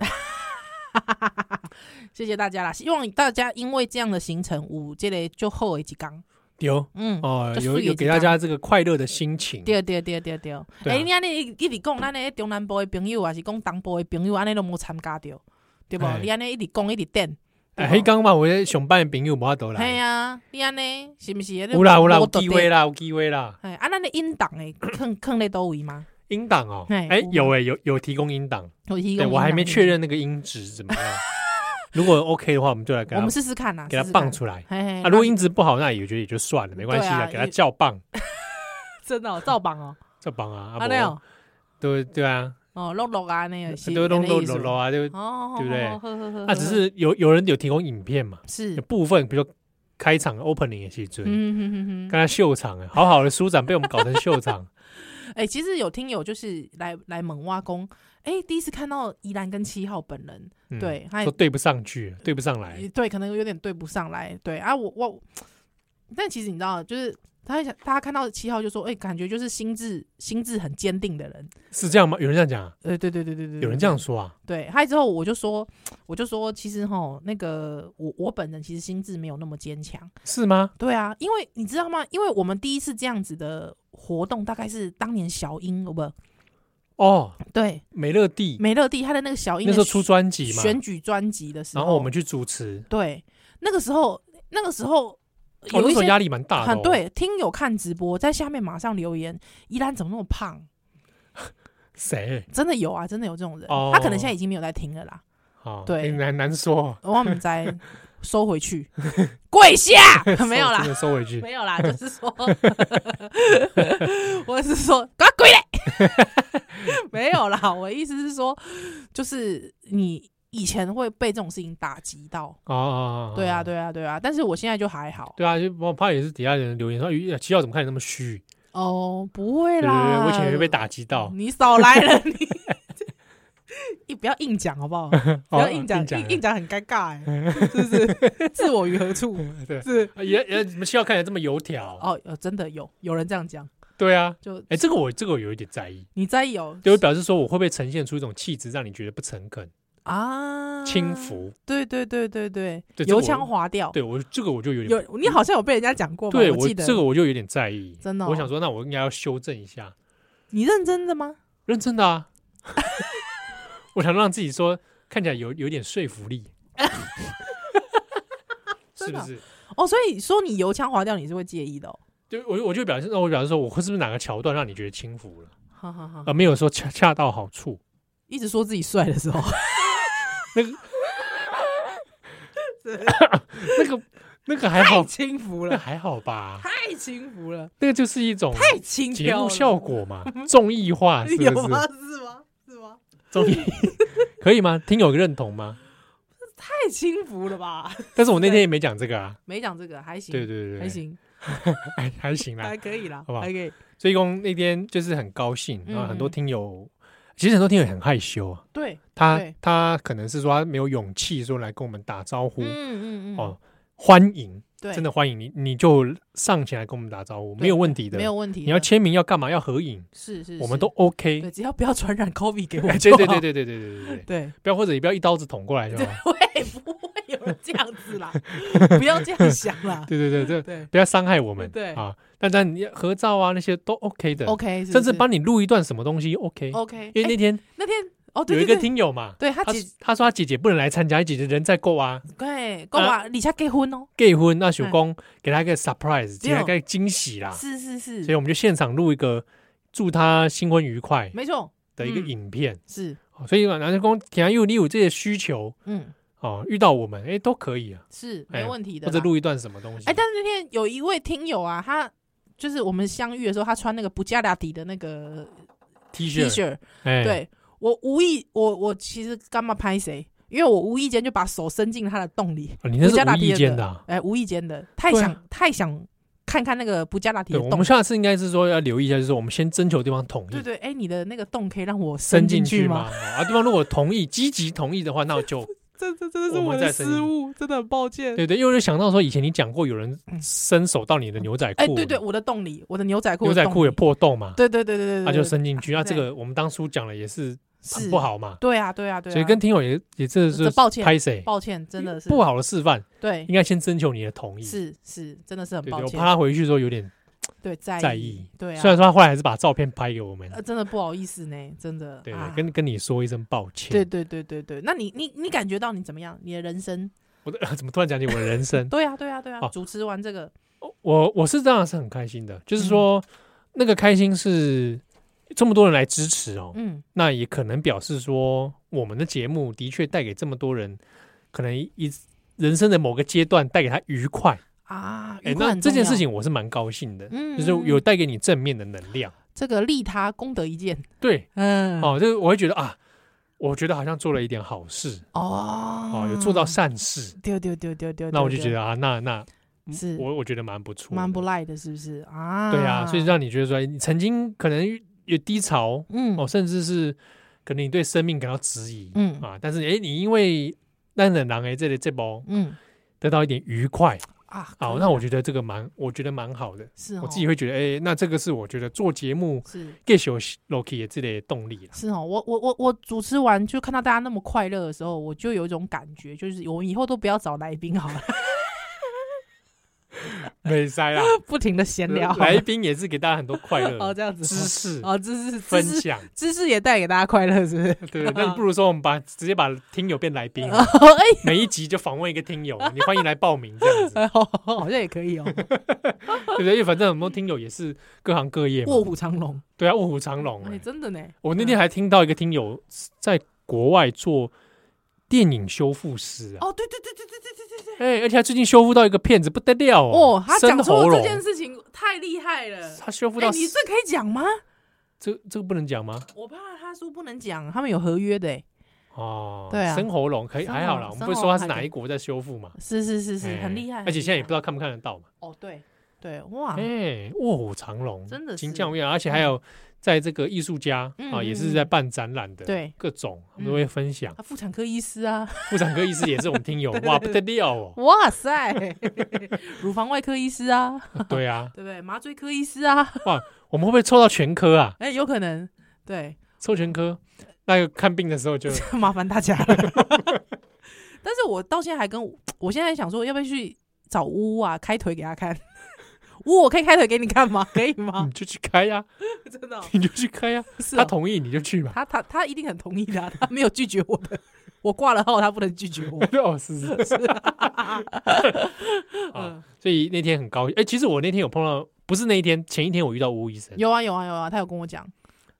Speaker 2: 谢谢大家啦！希望大家因为这样的行程，五这类就后一几缸，
Speaker 3: 丢
Speaker 2: 嗯，
Speaker 3: 哦，
Speaker 2: 就
Speaker 3: 有
Speaker 2: 是
Speaker 3: 有给大家这个快乐的心情，
Speaker 2: 对对对对对，
Speaker 3: 对啊
Speaker 2: 哎、你安尼一直讲，咱那中南部的朋友还是讲东部的朋友，安尼都无参加着，对不？
Speaker 3: 哎
Speaker 2: 你安尼一直讲一直等，
Speaker 3: 哎，黑刚嘛，我的熊扮朋友无法度
Speaker 2: 啊嘿
Speaker 3: 来，
Speaker 2: 呀、啊，你安尼是不是？
Speaker 3: 有啦有啦，有
Speaker 2: 没得
Speaker 3: 机会啦，有机会啦，
Speaker 2: 哎，啊，咱的音档诶，坑坑咧多位吗？
Speaker 3: 音档哦，
Speaker 2: 哎
Speaker 3: 哎
Speaker 2: 我
Speaker 3: 有哎有有提供音档，
Speaker 2: 我提供
Speaker 3: 对
Speaker 2: 音
Speaker 3: 我还
Speaker 2: 档
Speaker 3: 没
Speaker 2: 给
Speaker 3: 确
Speaker 2: 你，
Speaker 3: 认那个音质怎么样， 如果 OK 的话，我们就来给
Speaker 2: 我
Speaker 3: 他
Speaker 2: 们试试看呐、
Speaker 3: 给他
Speaker 2: 试试看
Speaker 3: 棒出来。
Speaker 2: 嘿嘿，
Speaker 3: 啊，如果音质不好，那也觉得也就算了，没关系
Speaker 2: 对
Speaker 3: 啦，
Speaker 2: 啊
Speaker 3: 给他
Speaker 2: 也
Speaker 3: 叫棒，
Speaker 2: 真的哦照榜哦，
Speaker 3: 叫棒啊，
Speaker 2: 安尼
Speaker 3: 啊
Speaker 2: 哦，
Speaker 3: 不对对啊，
Speaker 2: 哦，录录啊，那个是
Speaker 3: 都弄
Speaker 2: 这样
Speaker 3: 弄
Speaker 2: 的意思
Speaker 3: 弄弄啊，就
Speaker 2: 哦，
Speaker 3: 对不对
Speaker 2: 呵呵呵呵
Speaker 3: 啊，只是有有人有提供影片嘛，
Speaker 2: 是
Speaker 3: 有，部分，比如说开场 opening 也是一尊，
Speaker 2: 嗯哼哼哼哼，
Speaker 3: 刚才秀场，啊好好的舒展被我们搞成秀场，
Speaker 2: 哎、其实有听友就是来来猛挖工，哎、第一次看到宜兰跟七号本人，
Speaker 3: 嗯
Speaker 2: 对哎他也
Speaker 3: 说对不上去，对不上来，
Speaker 2: 对，可能有点对不上来，对啊，我我，但其实你知道，就是他想大家看到七号就说，哎、感觉就是心智心智很坚定的人，
Speaker 3: 是这样吗？有人这样讲啊，
Speaker 2: 呃，对对对对对，
Speaker 3: 有人这样说啊，
Speaker 2: 对，还之后我就说，我就说，其实哈，那个我我本人其实心智没有那么坚强，
Speaker 3: 是吗？
Speaker 2: 对啊，因为你知道吗？因为我们第一次这样子的活动，大概是当年小英，哦不，
Speaker 3: 哦，
Speaker 2: 对，
Speaker 3: 美乐蒂
Speaker 2: 美乐蒂她的那个小英
Speaker 3: 嗯那时候出专辑嘛，
Speaker 2: 选举专辑的时候，
Speaker 3: 然后我们去主持，
Speaker 2: 对那个时候那个时候
Speaker 3: 哦，
Speaker 2: 有
Speaker 3: 那
Speaker 2: 一
Speaker 3: 时候
Speaker 2: 些
Speaker 3: 压力蛮大的
Speaker 2: 很
Speaker 3: 哦，
Speaker 2: 对听友看直播，在下面马上留言，依兰怎么那么胖？
Speaker 3: 谁
Speaker 2: 真的有啊，真的有这种人，
Speaker 3: 哦
Speaker 2: 他可能现在已经没有在听了啦，
Speaker 3: 啊？
Speaker 2: 对
Speaker 3: 哎难难说，
Speaker 2: 我们再收回去，跪下， 没有
Speaker 3: 哦收真
Speaker 2: 啦。
Speaker 3: 的收回去，
Speaker 2: 没有啦，就是说，我是说，给我跪嘞！ 没有啦，我意思是说，就是你以前会被这种事情打击到，
Speaker 3: 哦哦，哦
Speaker 2: 对啊，。对啊，对啊，但是我现在就还好
Speaker 3: 对啊，就我怕也是底下人留言说，哎，七号怎么看你那么虚？
Speaker 2: 哦，不
Speaker 3: 对对
Speaker 2: 会
Speaker 3: 对，
Speaker 2: 啦，嗯
Speaker 3: 我以前也被打击到，
Speaker 2: 你少来 了，你你不要硬讲好不好？不要
Speaker 3: 哦
Speaker 2: 硬讲，硬
Speaker 3: 了
Speaker 2: 硬讲很尴尬 哎，是不是？置我于何处？
Speaker 3: 对，
Speaker 2: 是
Speaker 3: 啊也也怎么笑看起来这么油条？
Speaker 2: 哦，呃真的有有人这样讲，
Speaker 3: 对啊，
Speaker 2: 就
Speaker 3: 哎，这个我这个我有一点在意，
Speaker 2: 你在意哦
Speaker 3: 就会表示说我会不会呈现出一种气质，让你觉得不诚恳、
Speaker 2: 啊，
Speaker 3: 轻，浮？
Speaker 2: 对对对对对
Speaker 3: 对，这
Speaker 2: 油
Speaker 3: 我
Speaker 2: 腔滑调，
Speaker 3: 对我这个我就有点，
Speaker 2: 有你好像有被人家讲过吧？
Speaker 3: 对
Speaker 2: 我
Speaker 3: 我
Speaker 2: 记得
Speaker 3: 这个我就有点在意，
Speaker 2: 真的哦
Speaker 3: 我想说，那我应该要修正一下，
Speaker 2: 你认真的吗？
Speaker 3: 认真的啊， 我想让自己说看起来有有点说服 力，是
Speaker 2: 真
Speaker 3: 不
Speaker 2: 的
Speaker 3: 是？
Speaker 2: 哦，所以说你油腔滑调你是会介意的哦，
Speaker 3: 就我我就表示，那我表示说我是不是哪个桥段让你觉得轻浮了，
Speaker 2: 哈哈哈
Speaker 3: 而，没有说恰恰到好处。
Speaker 2: 一直说自己帅的时候，
Speaker 3: 哦那个那个那个还好
Speaker 2: 太，轻浮
Speaker 3: 那
Speaker 2: 了，
Speaker 3: 还好吧？
Speaker 2: 太轻浮了，
Speaker 3: 那个就是一种
Speaker 2: 太轻
Speaker 3: 节
Speaker 2: 佻
Speaker 3: 目
Speaker 2: 了
Speaker 3: 效果嘛，综艺 化是不
Speaker 2: 有吗？
Speaker 3: 是？
Speaker 2: 是吗？是吗？
Speaker 3: 综艺 可以吗？听友认同吗？
Speaker 2: 太轻浮了吧？
Speaker 3: 但是我那天也没讲这个啊。
Speaker 2: 没讲这个，还行，
Speaker 3: 对对对，
Speaker 2: 还，行，
Speaker 3: 还还行啦
Speaker 2: 还。可以啦，
Speaker 3: 好不好
Speaker 2: 还可以。
Speaker 3: 所以公那天就是很高兴，然后很多
Speaker 2: 嗯嗯
Speaker 3: 听友，哎、其实很多听友也很害羞啊，
Speaker 2: 对，
Speaker 3: 他
Speaker 2: 对
Speaker 3: 他可能是说他没有勇气说来跟我们打招呼、
Speaker 2: 嗯嗯嗯，
Speaker 3: 哦，欢迎，
Speaker 2: 对，
Speaker 3: 真的欢迎你，你就上前来跟我们打招呼，
Speaker 2: 对
Speaker 3: 没有问题的，
Speaker 2: 没有问题的，
Speaker 3: 你要签名要干嘛要合影，
Speaker 2: 是是，
Speaker 3: 我们
Speaker 2: 是
Speaker 3: 都 OK，
Speaker 2: 对，只要不要传染 COVID 给我
Speaker 3: 哎
Speaker 2: 们
Speaker 3: 对
Speaker 2: 就好，
Speaker 3: 对对对对对对对对，
Speaker 2: 对。
Speaker 3: 不要或者也不要一刀子捅过来就好
Speaker 2: 对，
Speaker 3: 了，
Speaker 2: 会不会有人这样子啦？不要这样想啦。
Speaker 3: 对对对 对，
Speaker 2: 对
Speaker 3: 不要伤害我们，
Speaker 2: 对
Speaker 3: 啊，但但你合照啊那些都 OK 的
Speaker 2: ，OK，是不
Speaker 3: 甚至
Speaker 2: 是
Speaker 3: 帮你录一段什么东西 OK，
Speaker 2: OK，
Speaker 3: 因为
Speaker 2: 哎
Speaker 3: 那天
Speaker 2: 那天哦，对
Speaker 3: 有一
Speaker 2: 对
Speaker 3: 个
Speaker 2: 对
Speaker 3: 听友嘛，
Speaker 2: 对他
Speaker 3: 他
Speaker 2: 姐
Speaker 3: 他说他姐姐不能来参加，姐姐人在够啊，
Speaker 2: 对，干嘛？李佳结婚哦，
Speaker 3: 结婚那想公给他一个 surprise，给
Speaker 2: 对哦
Speaker 3: 他一个惊喜啦，
Speaker 2: 是是
Speaker 3: 所以
Speaker 2: 是，
Speaker 3: 我们就现场录一个祝他新婚愉快
Speaker 2: 没错，
Speaker 3: 的一个
Speaker 2: 嗯
Speaker 3: 影片。
Speaker 2: 是
Speaker 3: 哦所以嘛，男生公田安佑你有这些需求
Speaker 2: 嗯
Speaker 3: 哦，遇到我们哎都可以啊，
Speaker 2: 是
Speaker 3: 哎
Speaker 2: 没问题的
Speaker 3: 或
Speaker 2: 啦。
Speaker 3: 者录一段什么东西。
Speaker 2: 哎，但是那天有一位听友啊，他就是我们相遇的时候，他穿那个不加打底的那个
Speaker 3: T 恤，
Speaker 2: T 恤，
Speaker 3: 哎，
Speaker 2: 对我无意，我我其实干嘛拍谁？因为我无意间就把手伸进他的洞里，
Speaker 3: 哦，你那
Speaker 2: 不加
Speaker 3: 是
Speaker 2: 打
Speaker 3: 无
Speaker 2: 底
Speaker 3: 意间的啊。
Speaker 2: 哎，无意间的，太
Speaker 3: 对啊
Speaker 2: 想、太想看看那个不加打底
Speaker 3: 对，
Speaker 2: 的
Speaker 3: 我
Speaker 2: 洞
Speaker 3: 们，下次应该是说要留意一下，就是我们先征求对方同
Speaker 2: 对
Speaker 3: 意，
Speaker 2: 对，哎，你的那个洞可以让我
Speaker 3: 伸
Speaker 2: 进
Speaker 3: 进去吗？
Speaker 2: 吗？
Speaker 3: 哦啊，对方如果同意，积极同意的话，那就
Speaker 2: 这这真的是
Speaker 3: 我们
Speaker 2: 我
Speaker 3: 再
Speaker 2: 的
Speaker 3: 伸
Speaker 2: 失误，真的很抱歉。
Speaker 3: 对对，因为我就想到说以前你讲过有人伸手到你的牛仔裤，
Speaker 2: 嗯哎，对对，，我的洞里，我的牛仔裤的
Speaker 3: 牛仔
Speaker 2: 洞
Speaker 3: 裤也
Speaker 2: 里，
Speaker 3: 破洞嘛，啊
Speaker 2: 对对对对对对，
Speaker 3: 他就
Speaker 2: 对
Speaker 3: 伸进去。那这
Speaker 2: 对
Speaker 3: 个我们当初讲了也是很
Speaker 2: 是
Speaker 3: 不，好嘛，
Speaker 2: 对啊对啊对啊，
Speaker 3: 所以跟听友也也这
Speaker 2: 这
Speaker 3: 是
Speaker 2: 抱歉
Speaker 3: 拍谁
Speaker 2: 抱歉，真的是
Speaker 3: 不，好的示范，
Speaker 2: 对
Speaker 3: 应，该先征求你的同意。
Speaker 2: 是是，真的是很
Speaker 3: 对
Speaker 2: 抱
Speaker 3: 对，我怕
Speaker 2: 歉，
Speaker 3: 他回去说有点，
Speaker 2: 对在
Speaker 3: 在
Speaker 2: 意
Speaker 3: 意，
Speaker 2: 对啊，
Speaker 3: 虽然说他后来还是把照片拍给我们，
Speaker 2: 呃，真的不好意思呢，真的。
Speaker 3: 对
Speaker 2: 啊
Speaker 3: 对，跟跟你说一声抱歉。
Speaker 2: 对对对对对，那你你你感觉到你怎么样？你的人生？
Speaker 3: 我的 怎么突然讲起我的人 生？
Speaker 2: 对啊对啊对啊
Speaker 3: 好，
Speaker 2: 主持完这个，
Speaker 3: 我我是当然是很开心的，就是说
Speaker 2: 嗯
Speaker 3: 那个开心是这么多人来支持哦，
Speaker 2: 嗯，
Speaker 3: 那也可能表示说，我们的节目的确带给这么多人，可能一人生的某个阶段带给他愉快。
Speaker 2: 啊，
Speaker 3: 哎、
Speaker 2: 愉快
Speaker 3: 那
Speaker 2: 很
Speaker 3: 这
Speaker 2: 重
Speaker 3: 件事
Speaker 2: 要，
Speaker 3: 情我是蛮高兴的，
Speaker 2: 嗯，
Speaker 3: 就是
Speaker 2: 嗯
Speaker 3: 有
Speaker 2: 嗯
Speaker 3: 带给你正面的能量。
Speaker 2: 这个利他功德一件，
Speaker 3: 对，
Speaker 2: 嗯，
Speaker 3: 哦，就是我会觉得啊，我觉得好像做了一点好事，
Speaker 2: 哦
Speaker 3: 哦，有做到善事，
Speaker 2: 丢丢丢丢丢，
Speaker 3: 那我
Speaker 2: 对
Speaker 3: 就觉得啊，那那
Speaker 2: 对是
Speaker 3: 我我觉得蛮不错的，
Speaker 2: 蛮不赖的，是不是啊？
Speaker 3: 对啊，所以让你觉得说，哎你曾经可能有低潮，
Speaker 2: 嗯
Speaker 3: 哦，甚至是可能你对生命感到质疑，
Speaker 2: 嗯
Speaker 3: 啊，但是哎、你因为那冷狼哎这里这波
Speaker 2: 嗯
Speaker 3: 得到一点愉快
Speaker 2: 啊，
Speaker 3: 啊，
Speaker 2: 可以
Speaker 3: 那我觉得这个蛮，我觉得蛮好的，
Speaker 2: 是
Speaker 3: 我
Speaker 2: 哦
Speaker 3: 自己会觉得哎、那这个是我觉得做节目
Speaker 2: 是。
Speaker 3: get 有 Loki 的这类动 力啦。
Speaker 2: 是哦，我我我我主持完就看到大家那么快乐的时候，我就有一种感觉，就是我们以后都不要找来宾好了，
Speaker 3: 没塞啦，呃
Speaker 2: 不停的闲聊好了，
Speaker 3: 来宾也是给大家很多快乐、
Speaker 2: 哦这样子
Speaker 3: 知识、
Speaker 2: 哦，知识
Speaker 3: 分
Speaker 2: 知识哦
Speaker 3: 享，
Speaker 2: 知识也带给大家快乐，是不是？
Speaker 3: 对对，那你不如说我们把直接把听友变来宾好了，
Speaker 2: 哎
Speaker 3: 每一集就访问一个听友，你欢迎来报名这 样子。
Speaker 2: 哎，好好像也可 以哦，
Speaker 3: 对不对？因为反正很多听友也是各行各业嘛，
Speaker 2: 卧虎藏龙，
Speaker 3: 对啊，卧虎藏龙、
Speaker 2: 哎，
Speaker 3: 欸。
Speaker 2: 真的呢。
Speaker 3: 我那天还听到一个听友在国外做电影修复师啊，
Speaker 2: 哦，对对对对对对对对对，
Speaker 3: 哎、而且他最近修复到一个片子不得了
Speaker 2: 哦，他
Speaker 3: 生
Speaker 2: 讲出
Speaker 3: 喉
Speaker 2: 这
Speaker 3: 咙，
Speaker 2: 件事情太厉害了。
Speaker 3: 他修复
Speaker 2: 哎，
Speaker 3: 到、
Speaker 2: 你这可以讲吗？
Speaker 3: 这这个不能讲吗？
Speaker 2: 我怕他说不能讲，他们有合约的，哎，
Speaker 3: 哦，
Speaker 2: 对啊
Speaker 3: 生喉咙可以
Speaker 2: 生
Speaker 3: 还好
Speaker 2: 喉
Speaker 3: 啦，我
Speaker 2: 生
Speaker 3: 们不是
Speaker 2: 喉
Speaker 3: 说他是
Speaker 2: 还可
Speaker 3: 哪
Speaker 2: 以
Speaker 3: 一国在修复嘛，
Speaker 2: 是是是是，
Speaker 3: 哎
Speaker 2: 很厉害。
Speaker 3: 而且现在也不知
Speaker 2: 道
Speaker 3: 道看不看得到嘛，
Speaker 2: 哦，对对，哇
Speaker 3: 哎、，卧虎藏龙，
Speaker 2: 真的是
Speaker 3: 金匠院，而且还有在这个艺术家、
Speaker 2: 嗯
Speaker 3: 啊，
Speaker 2: 嗯
Speaker 3: 也
Speaker 2: 嗯
Speaker 3: 是在办展览的，
Speaker 2: 对嗯
Speaker 3: 各种我们都会分享。
Speaker 2: 他妇产科医师 啊，
Speaker 3: 妇产科医师也是我们听 友，哇不得了哦！
Speaker 2: 哇塞，乳房外科医师啊，
Speaker 3: 对啊，
Speaker 2: 对不对？麻醉科医师啊，
Speaker 3: 我们会不会抽到全科啊？
Speaker 2: 哎，有可能，对，
Speaker 3: 抽全科，那个看病的时候 就
Speaker 2: 麻烦大家了 但是我到现在还跟我我现在想说，要不要去找呜呜啊，开腿给他看？ 呜，我可以开腿给你看吗？可以吗
Speaker 3: 你？就去开呀，
Speaker 2: 真 的哦、
Speaker 3: 你就去开呀，
Speaker 2: 嗯是
Speaker 3: 嗯
Speaker 2: 哦、
Speaker 3: 他同意你就去嘛。
Speaker 2: 他他他一定很同意的啊、他没有拒绝我的。 我挂了号，他不能拒绝我。
Speaker 3: 哦，是是是
Speaker 2: 嗯
Speaker 3: 啊，所以那天很高兴。哎，其实我那天有碰到，不是那一天，前一天我遇到吴医生。
Speaker 2: 有啊有啊有啊，他有跟我讲，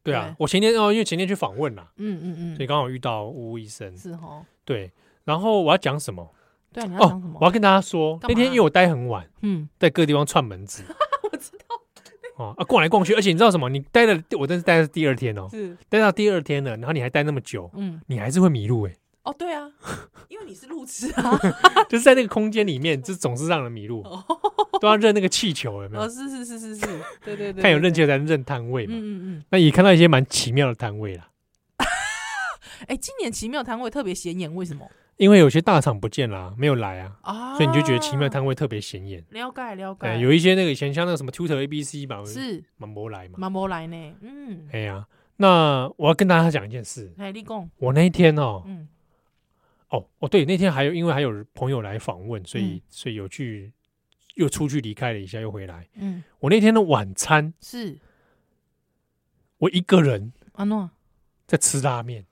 Speaker 3: 对啊
Speaker 2: 对，
Speaker 3: 我前天哦，因为前天去访问啦，
Speaker 2: 嗯嗯
Speaker 3: 所以
Speaker 2: 嗯，
Speaker 3: 刚好遇到吴医生。
Speaker 2: 是哦。
Speaker 3: 对，然后我要讲什么？
Speaker 2: 对啊，你要讲
Speaker 3: 哦
Speaker 2: 什么？，
Speaker 3: 我要跟大家说，
Speaker 2: 干嘛
Speaker 3: 那天因为我待很晚。
Speaker 2: 嗯，
Speaker 3: 在各地方串门 子。我知道。 哦啊，逛来逛去，而且你知道什么？你待了，我真是待了第二天哦，
Speaker 2: 是，
Speaker 3: 待到第二天了，然后你还待那么久，
Speaker 2: 嗯，
Speaker 3: 你还是会迷路哎、
Speaker 2: 哦，对啊，因为你是路痴啊，
Speaker 3: 就是在那个空间里面，这总是让人迷路，都要认那个气球有没
Speaker 2: 哦，
Speaker 3: 有？
Speaker 2: 是是是 是是，对对对，
Speaker 3: 嗯看有认
Speaker 2: 对，
Speaker 3: 气球才能认摊位
Speaker 2: 对嗯
Speaker 3: 嘛。
Speaker 2: 嗯嗯，
Speaker 3: 那也看到一些蛮奇妙的摊位啦，
Speaker 2: 哎、今年奇妙摊位特别显眼，为什么
Speaker 3: 因为有些大厂不见啦，没有来啊，
Speaker 2: 啊？
Speaker 3: 所以你就觉得奇妙摊位特别显眼。
Speaker 2: 了解了
Speaker 3: 哎，
Speaker 2: 解，
Speaker 3: 有一些那个以前像那个什么 Tutor ABC 嘛，
Speaker 2: 是
Speaker 3: 蛮没来嘛。
Speaker 2: 蛮没来呢，嗯，
Speaker 3: 哎呀，那我要跟大家讲一件事，
Speaker 2: 哎，立功，
Speaker 3: 我那一天哦，
Speaker 2: 嗯，
Speaker 3: 哦哦，对，那天还有因为还有朋友来访问，所以
Speaker 2: 嗯
Speaker 3: 所以有去又出去离开了一下，又回来。
Speaker 2: 嗯，
Speaker 3: 我那天的晚餐，
Speaker 2: 是
Speaker 3: 我一个人
Speaker 2: 阿诺，
Speaker 3: 在吃拉面，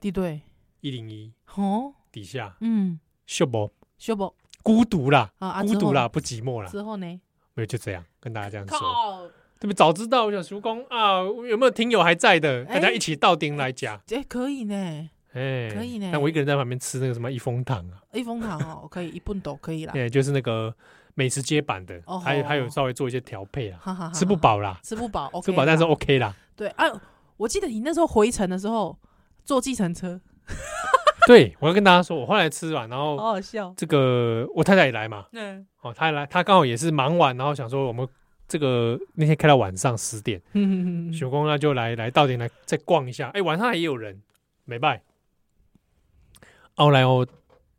Speaker 2: 地对，
Speaker 3: 一零一
Speaker 2: 哦，
Speaker 3: 底下
Speaker 2: 嗯，
Speaker 3: 秀不
Speaker 2: 修博
Speaker 3: 孤独啦，
Speaker 2: 啊啊
Speaker 3: 孤独啦，不寂寞啦，
Speaker 2: 之后呢？
Speaker 3: 没有就这样跟大家这样说。
Speaker 2: 靠，
Speaker 3: 对不？早知道我想叔公啊，有没有听友还在的？大
Speaker 2: 哎
Speaker 3: 家一起到丁来夹，
Speaker 2: 哎、可以呢，
Speaker 3: 哎，
Speaker 2: 可以呢
Speaker 3: 但我一个人在旁边吃那个什么一风堂啊，
Speaker 2: 一风堂哦，可以 一蹦斗可以啦，
Speaker 3: 哎，就是那个美食街版的
Speaker 2: 哦，
Speaker 3: 还有还有稍微做一些调配啊，
Speaker 2: 哈哈哈哈，
Speaker 3: 吃不，饱啦，
Speaker 2: 吃不饱，OK，
Speaker 3: 吃不饱但是
Speaker 2: 好
Speaker 3: OK 啦。
Speaker 2: 对啊，我记得你那时候回程的时候坐计程车，
Speaker 3: 对，我要跟大家说，我后来吃完，然后
Speaker 2: 好好笑。
Speaker 3: 这个我太太也来嘛，
Speaker 2: 嗯
Speaker 3: 哦，她也来，她刚好也是忙完，然后想说我们这个那天开到晚上十点，
Speaker 2: 嗯
Speaker 3: 熊公那就来来到顶来再逛一下，哎，晚上也有人，没拜。后来我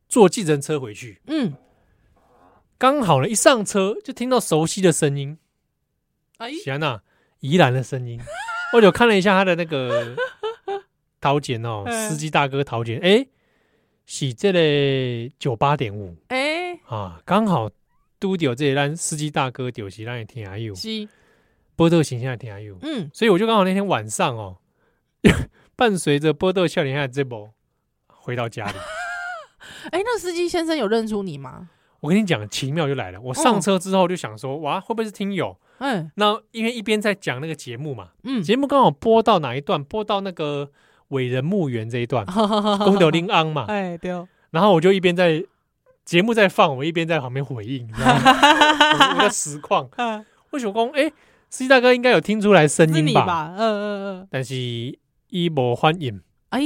Speaker 3: 坐计程车回去，
Speaker 2: 嗯，
Speaker 3: 刚好呢，一上车就听到熟悉的声音，
Speaker 2: 哎，
Speaker 3: 喜安娜宜兰的声音， 我就看了一下他的那个桃检哦，
Speaker 2: 嗯
Speaker 3: 司机大哥桃检，哎，是这个九八点五
Speaker 2: 哎，
Speaker 3: 啊，刚好都丢这一单司机大哥丢是让你听还哎有
Speaker 2: 是，
Speaker 3: 波特形象也听哎还有，
Speaker 2: 嗯，
Speaker 3: 所以我就刚好那天晚上哦， 伴随着波特笑脸下这波回到家里，
Speaker 2: 哎，那司机先生有认出你吗？
Speaker 3: 我跟你讲，奇妙就来了，我上车之后就想说，哇，会不会是听友？
Speaker 2: 嗯
Speaker 3: 那因为一边在讲那个节目嘛，
Speaker 2: 嗯，
Speaker 3: 节目刚好播到哪一段？播到那个伟人墓园这一 段，
Speaker 2: 公
Speaker 3: 公德，令安 嘛。
Speaker 2: 哎，对哦，
Speaker 3: 然后我就一边在节目在放，我一边在旁边回应，你知 道吗我我在实况。
Speaker 2: 嗯，
Speaker 3: 我想讲，哎、司机大哥应该有听出来声
Speaker 2: 是
Speaker 3: 音
Speaker 2: 你
Speaker 3: 吧？
Speaker 2: 吧？嗯嗯嗯，
Speaker 3: 但是一无欢迎。
Speaker 2: 哎，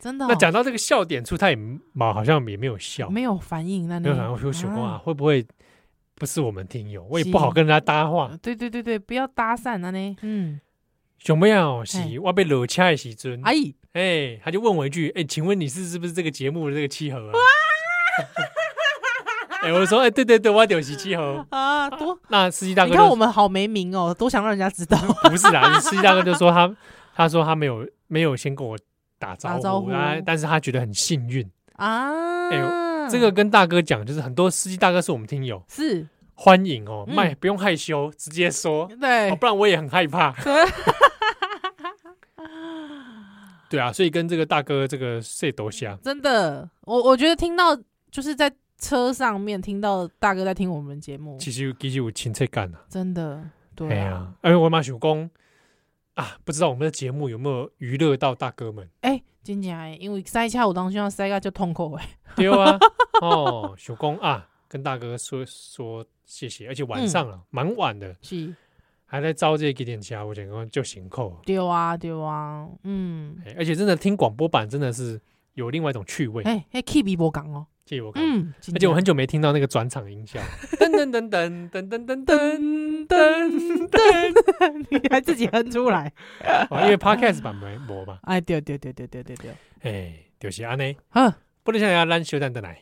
Speaker 2: 真的哦，
Speaker 3: 那讲到这个笑点处，他也毛好像也没有笑，没
Speaker 2: 没有反应，那你
Speaker 3: 有反正我就想说啊，，会不会不是我们听友？我也
Speaker 2: 是嗯
Speaker 3: 不好跟人家搭话。
Speaker 2: 啊对对对对，不要搭讪了呢，嗯，
Speaker 3: 熊妹啊，
Speaker 2: 嘿
Speaker 3: 是我被惹掐的时阵，
Speaker 2: 哎，
Speaker 3: 哎、他就问我一句：“哎、请问你是是不是这个节目的这个七和啊？” 哎、我就说：“哎、对对对，我就是七 和。
Speaker 2: 啊，多，”
Speaker 3: 那司机大哥
Speaker 2: 你
Speaker 3: 就
Speaker 2: 看我们好没名哦，多想让人家知道，
Speaker 3: 不是啦， 司机大哥就说他他说他没有没有先跟我打招
Speaker 2: 打招
Speaker 3: 呼，
Speaker 2: 呼
Speaker 3: 啊，但是他觉得很幸运。
Speaker 2: 啊，
Speaker 3: 哎这个跟大哥讲，就是很多司机大哥是我们听友，
Speaker 2: 是
Speaker 3: 欢迎哦，
Speaker 2: 嗯
Speaker 3: 卖、不用害羞，直接说，
Speaker 2: 对
Speaker 3: 哦，不然我也很害怕。
Speaker 2: 对
Speaker 3: 对啊，所以跟这个大哥这个谁多啊下，
Speaker 2: 真的，我我觉得听到就是在车上面听到大哥在听我们节目，
Speaker 3: 其实其实有亲切感啊。
Speaker 2: 真的，
Speaker 3: 哎
Speaker 2: 嗯对啊，
Speaker 3: 呀，哎，我马想讲啊，不知道我们的节目有没有娱乐到大哥 们？
Speaker 2: 哎、真的哎，因为塞车有当时要塞个就痛苦哎，
Speaker 3: 对啊，哦，想讲啊，跟大哥说说谢谢，而且晚上
Speaker 2: 嗯
Speaker 3: 了，蛮、晚的，
Speaker 2: 是
Speaker 3: 还在招这几点车，我想讲就行扣。
Speaker 2: 丢啊丢啊，嗯，
Speaker 3: 哎而且真的听广播版真的是有另外一种趣味，
Speaker 2: 哎、哎 k e y 波讲哦，
Speaker 3: 借我看。
Speaker 2: 嗯，真
Speaker 3: 而且我
Speaker 2: 的
Speaker 3: 很久没听到那个转场 音效，噔噔噔噔噔噔噔噔噔噔，
Speaker 2: 你还自己哼出 来，
Speaker 3: 哦因为 podcast 版没没嘛，
Speaker 2: 哎，对对对对对对对，
Speaker 3: 哎，就是安尼。
Speaker 2: 呵，
Speaker 3: 不能想要咱小蛋的来，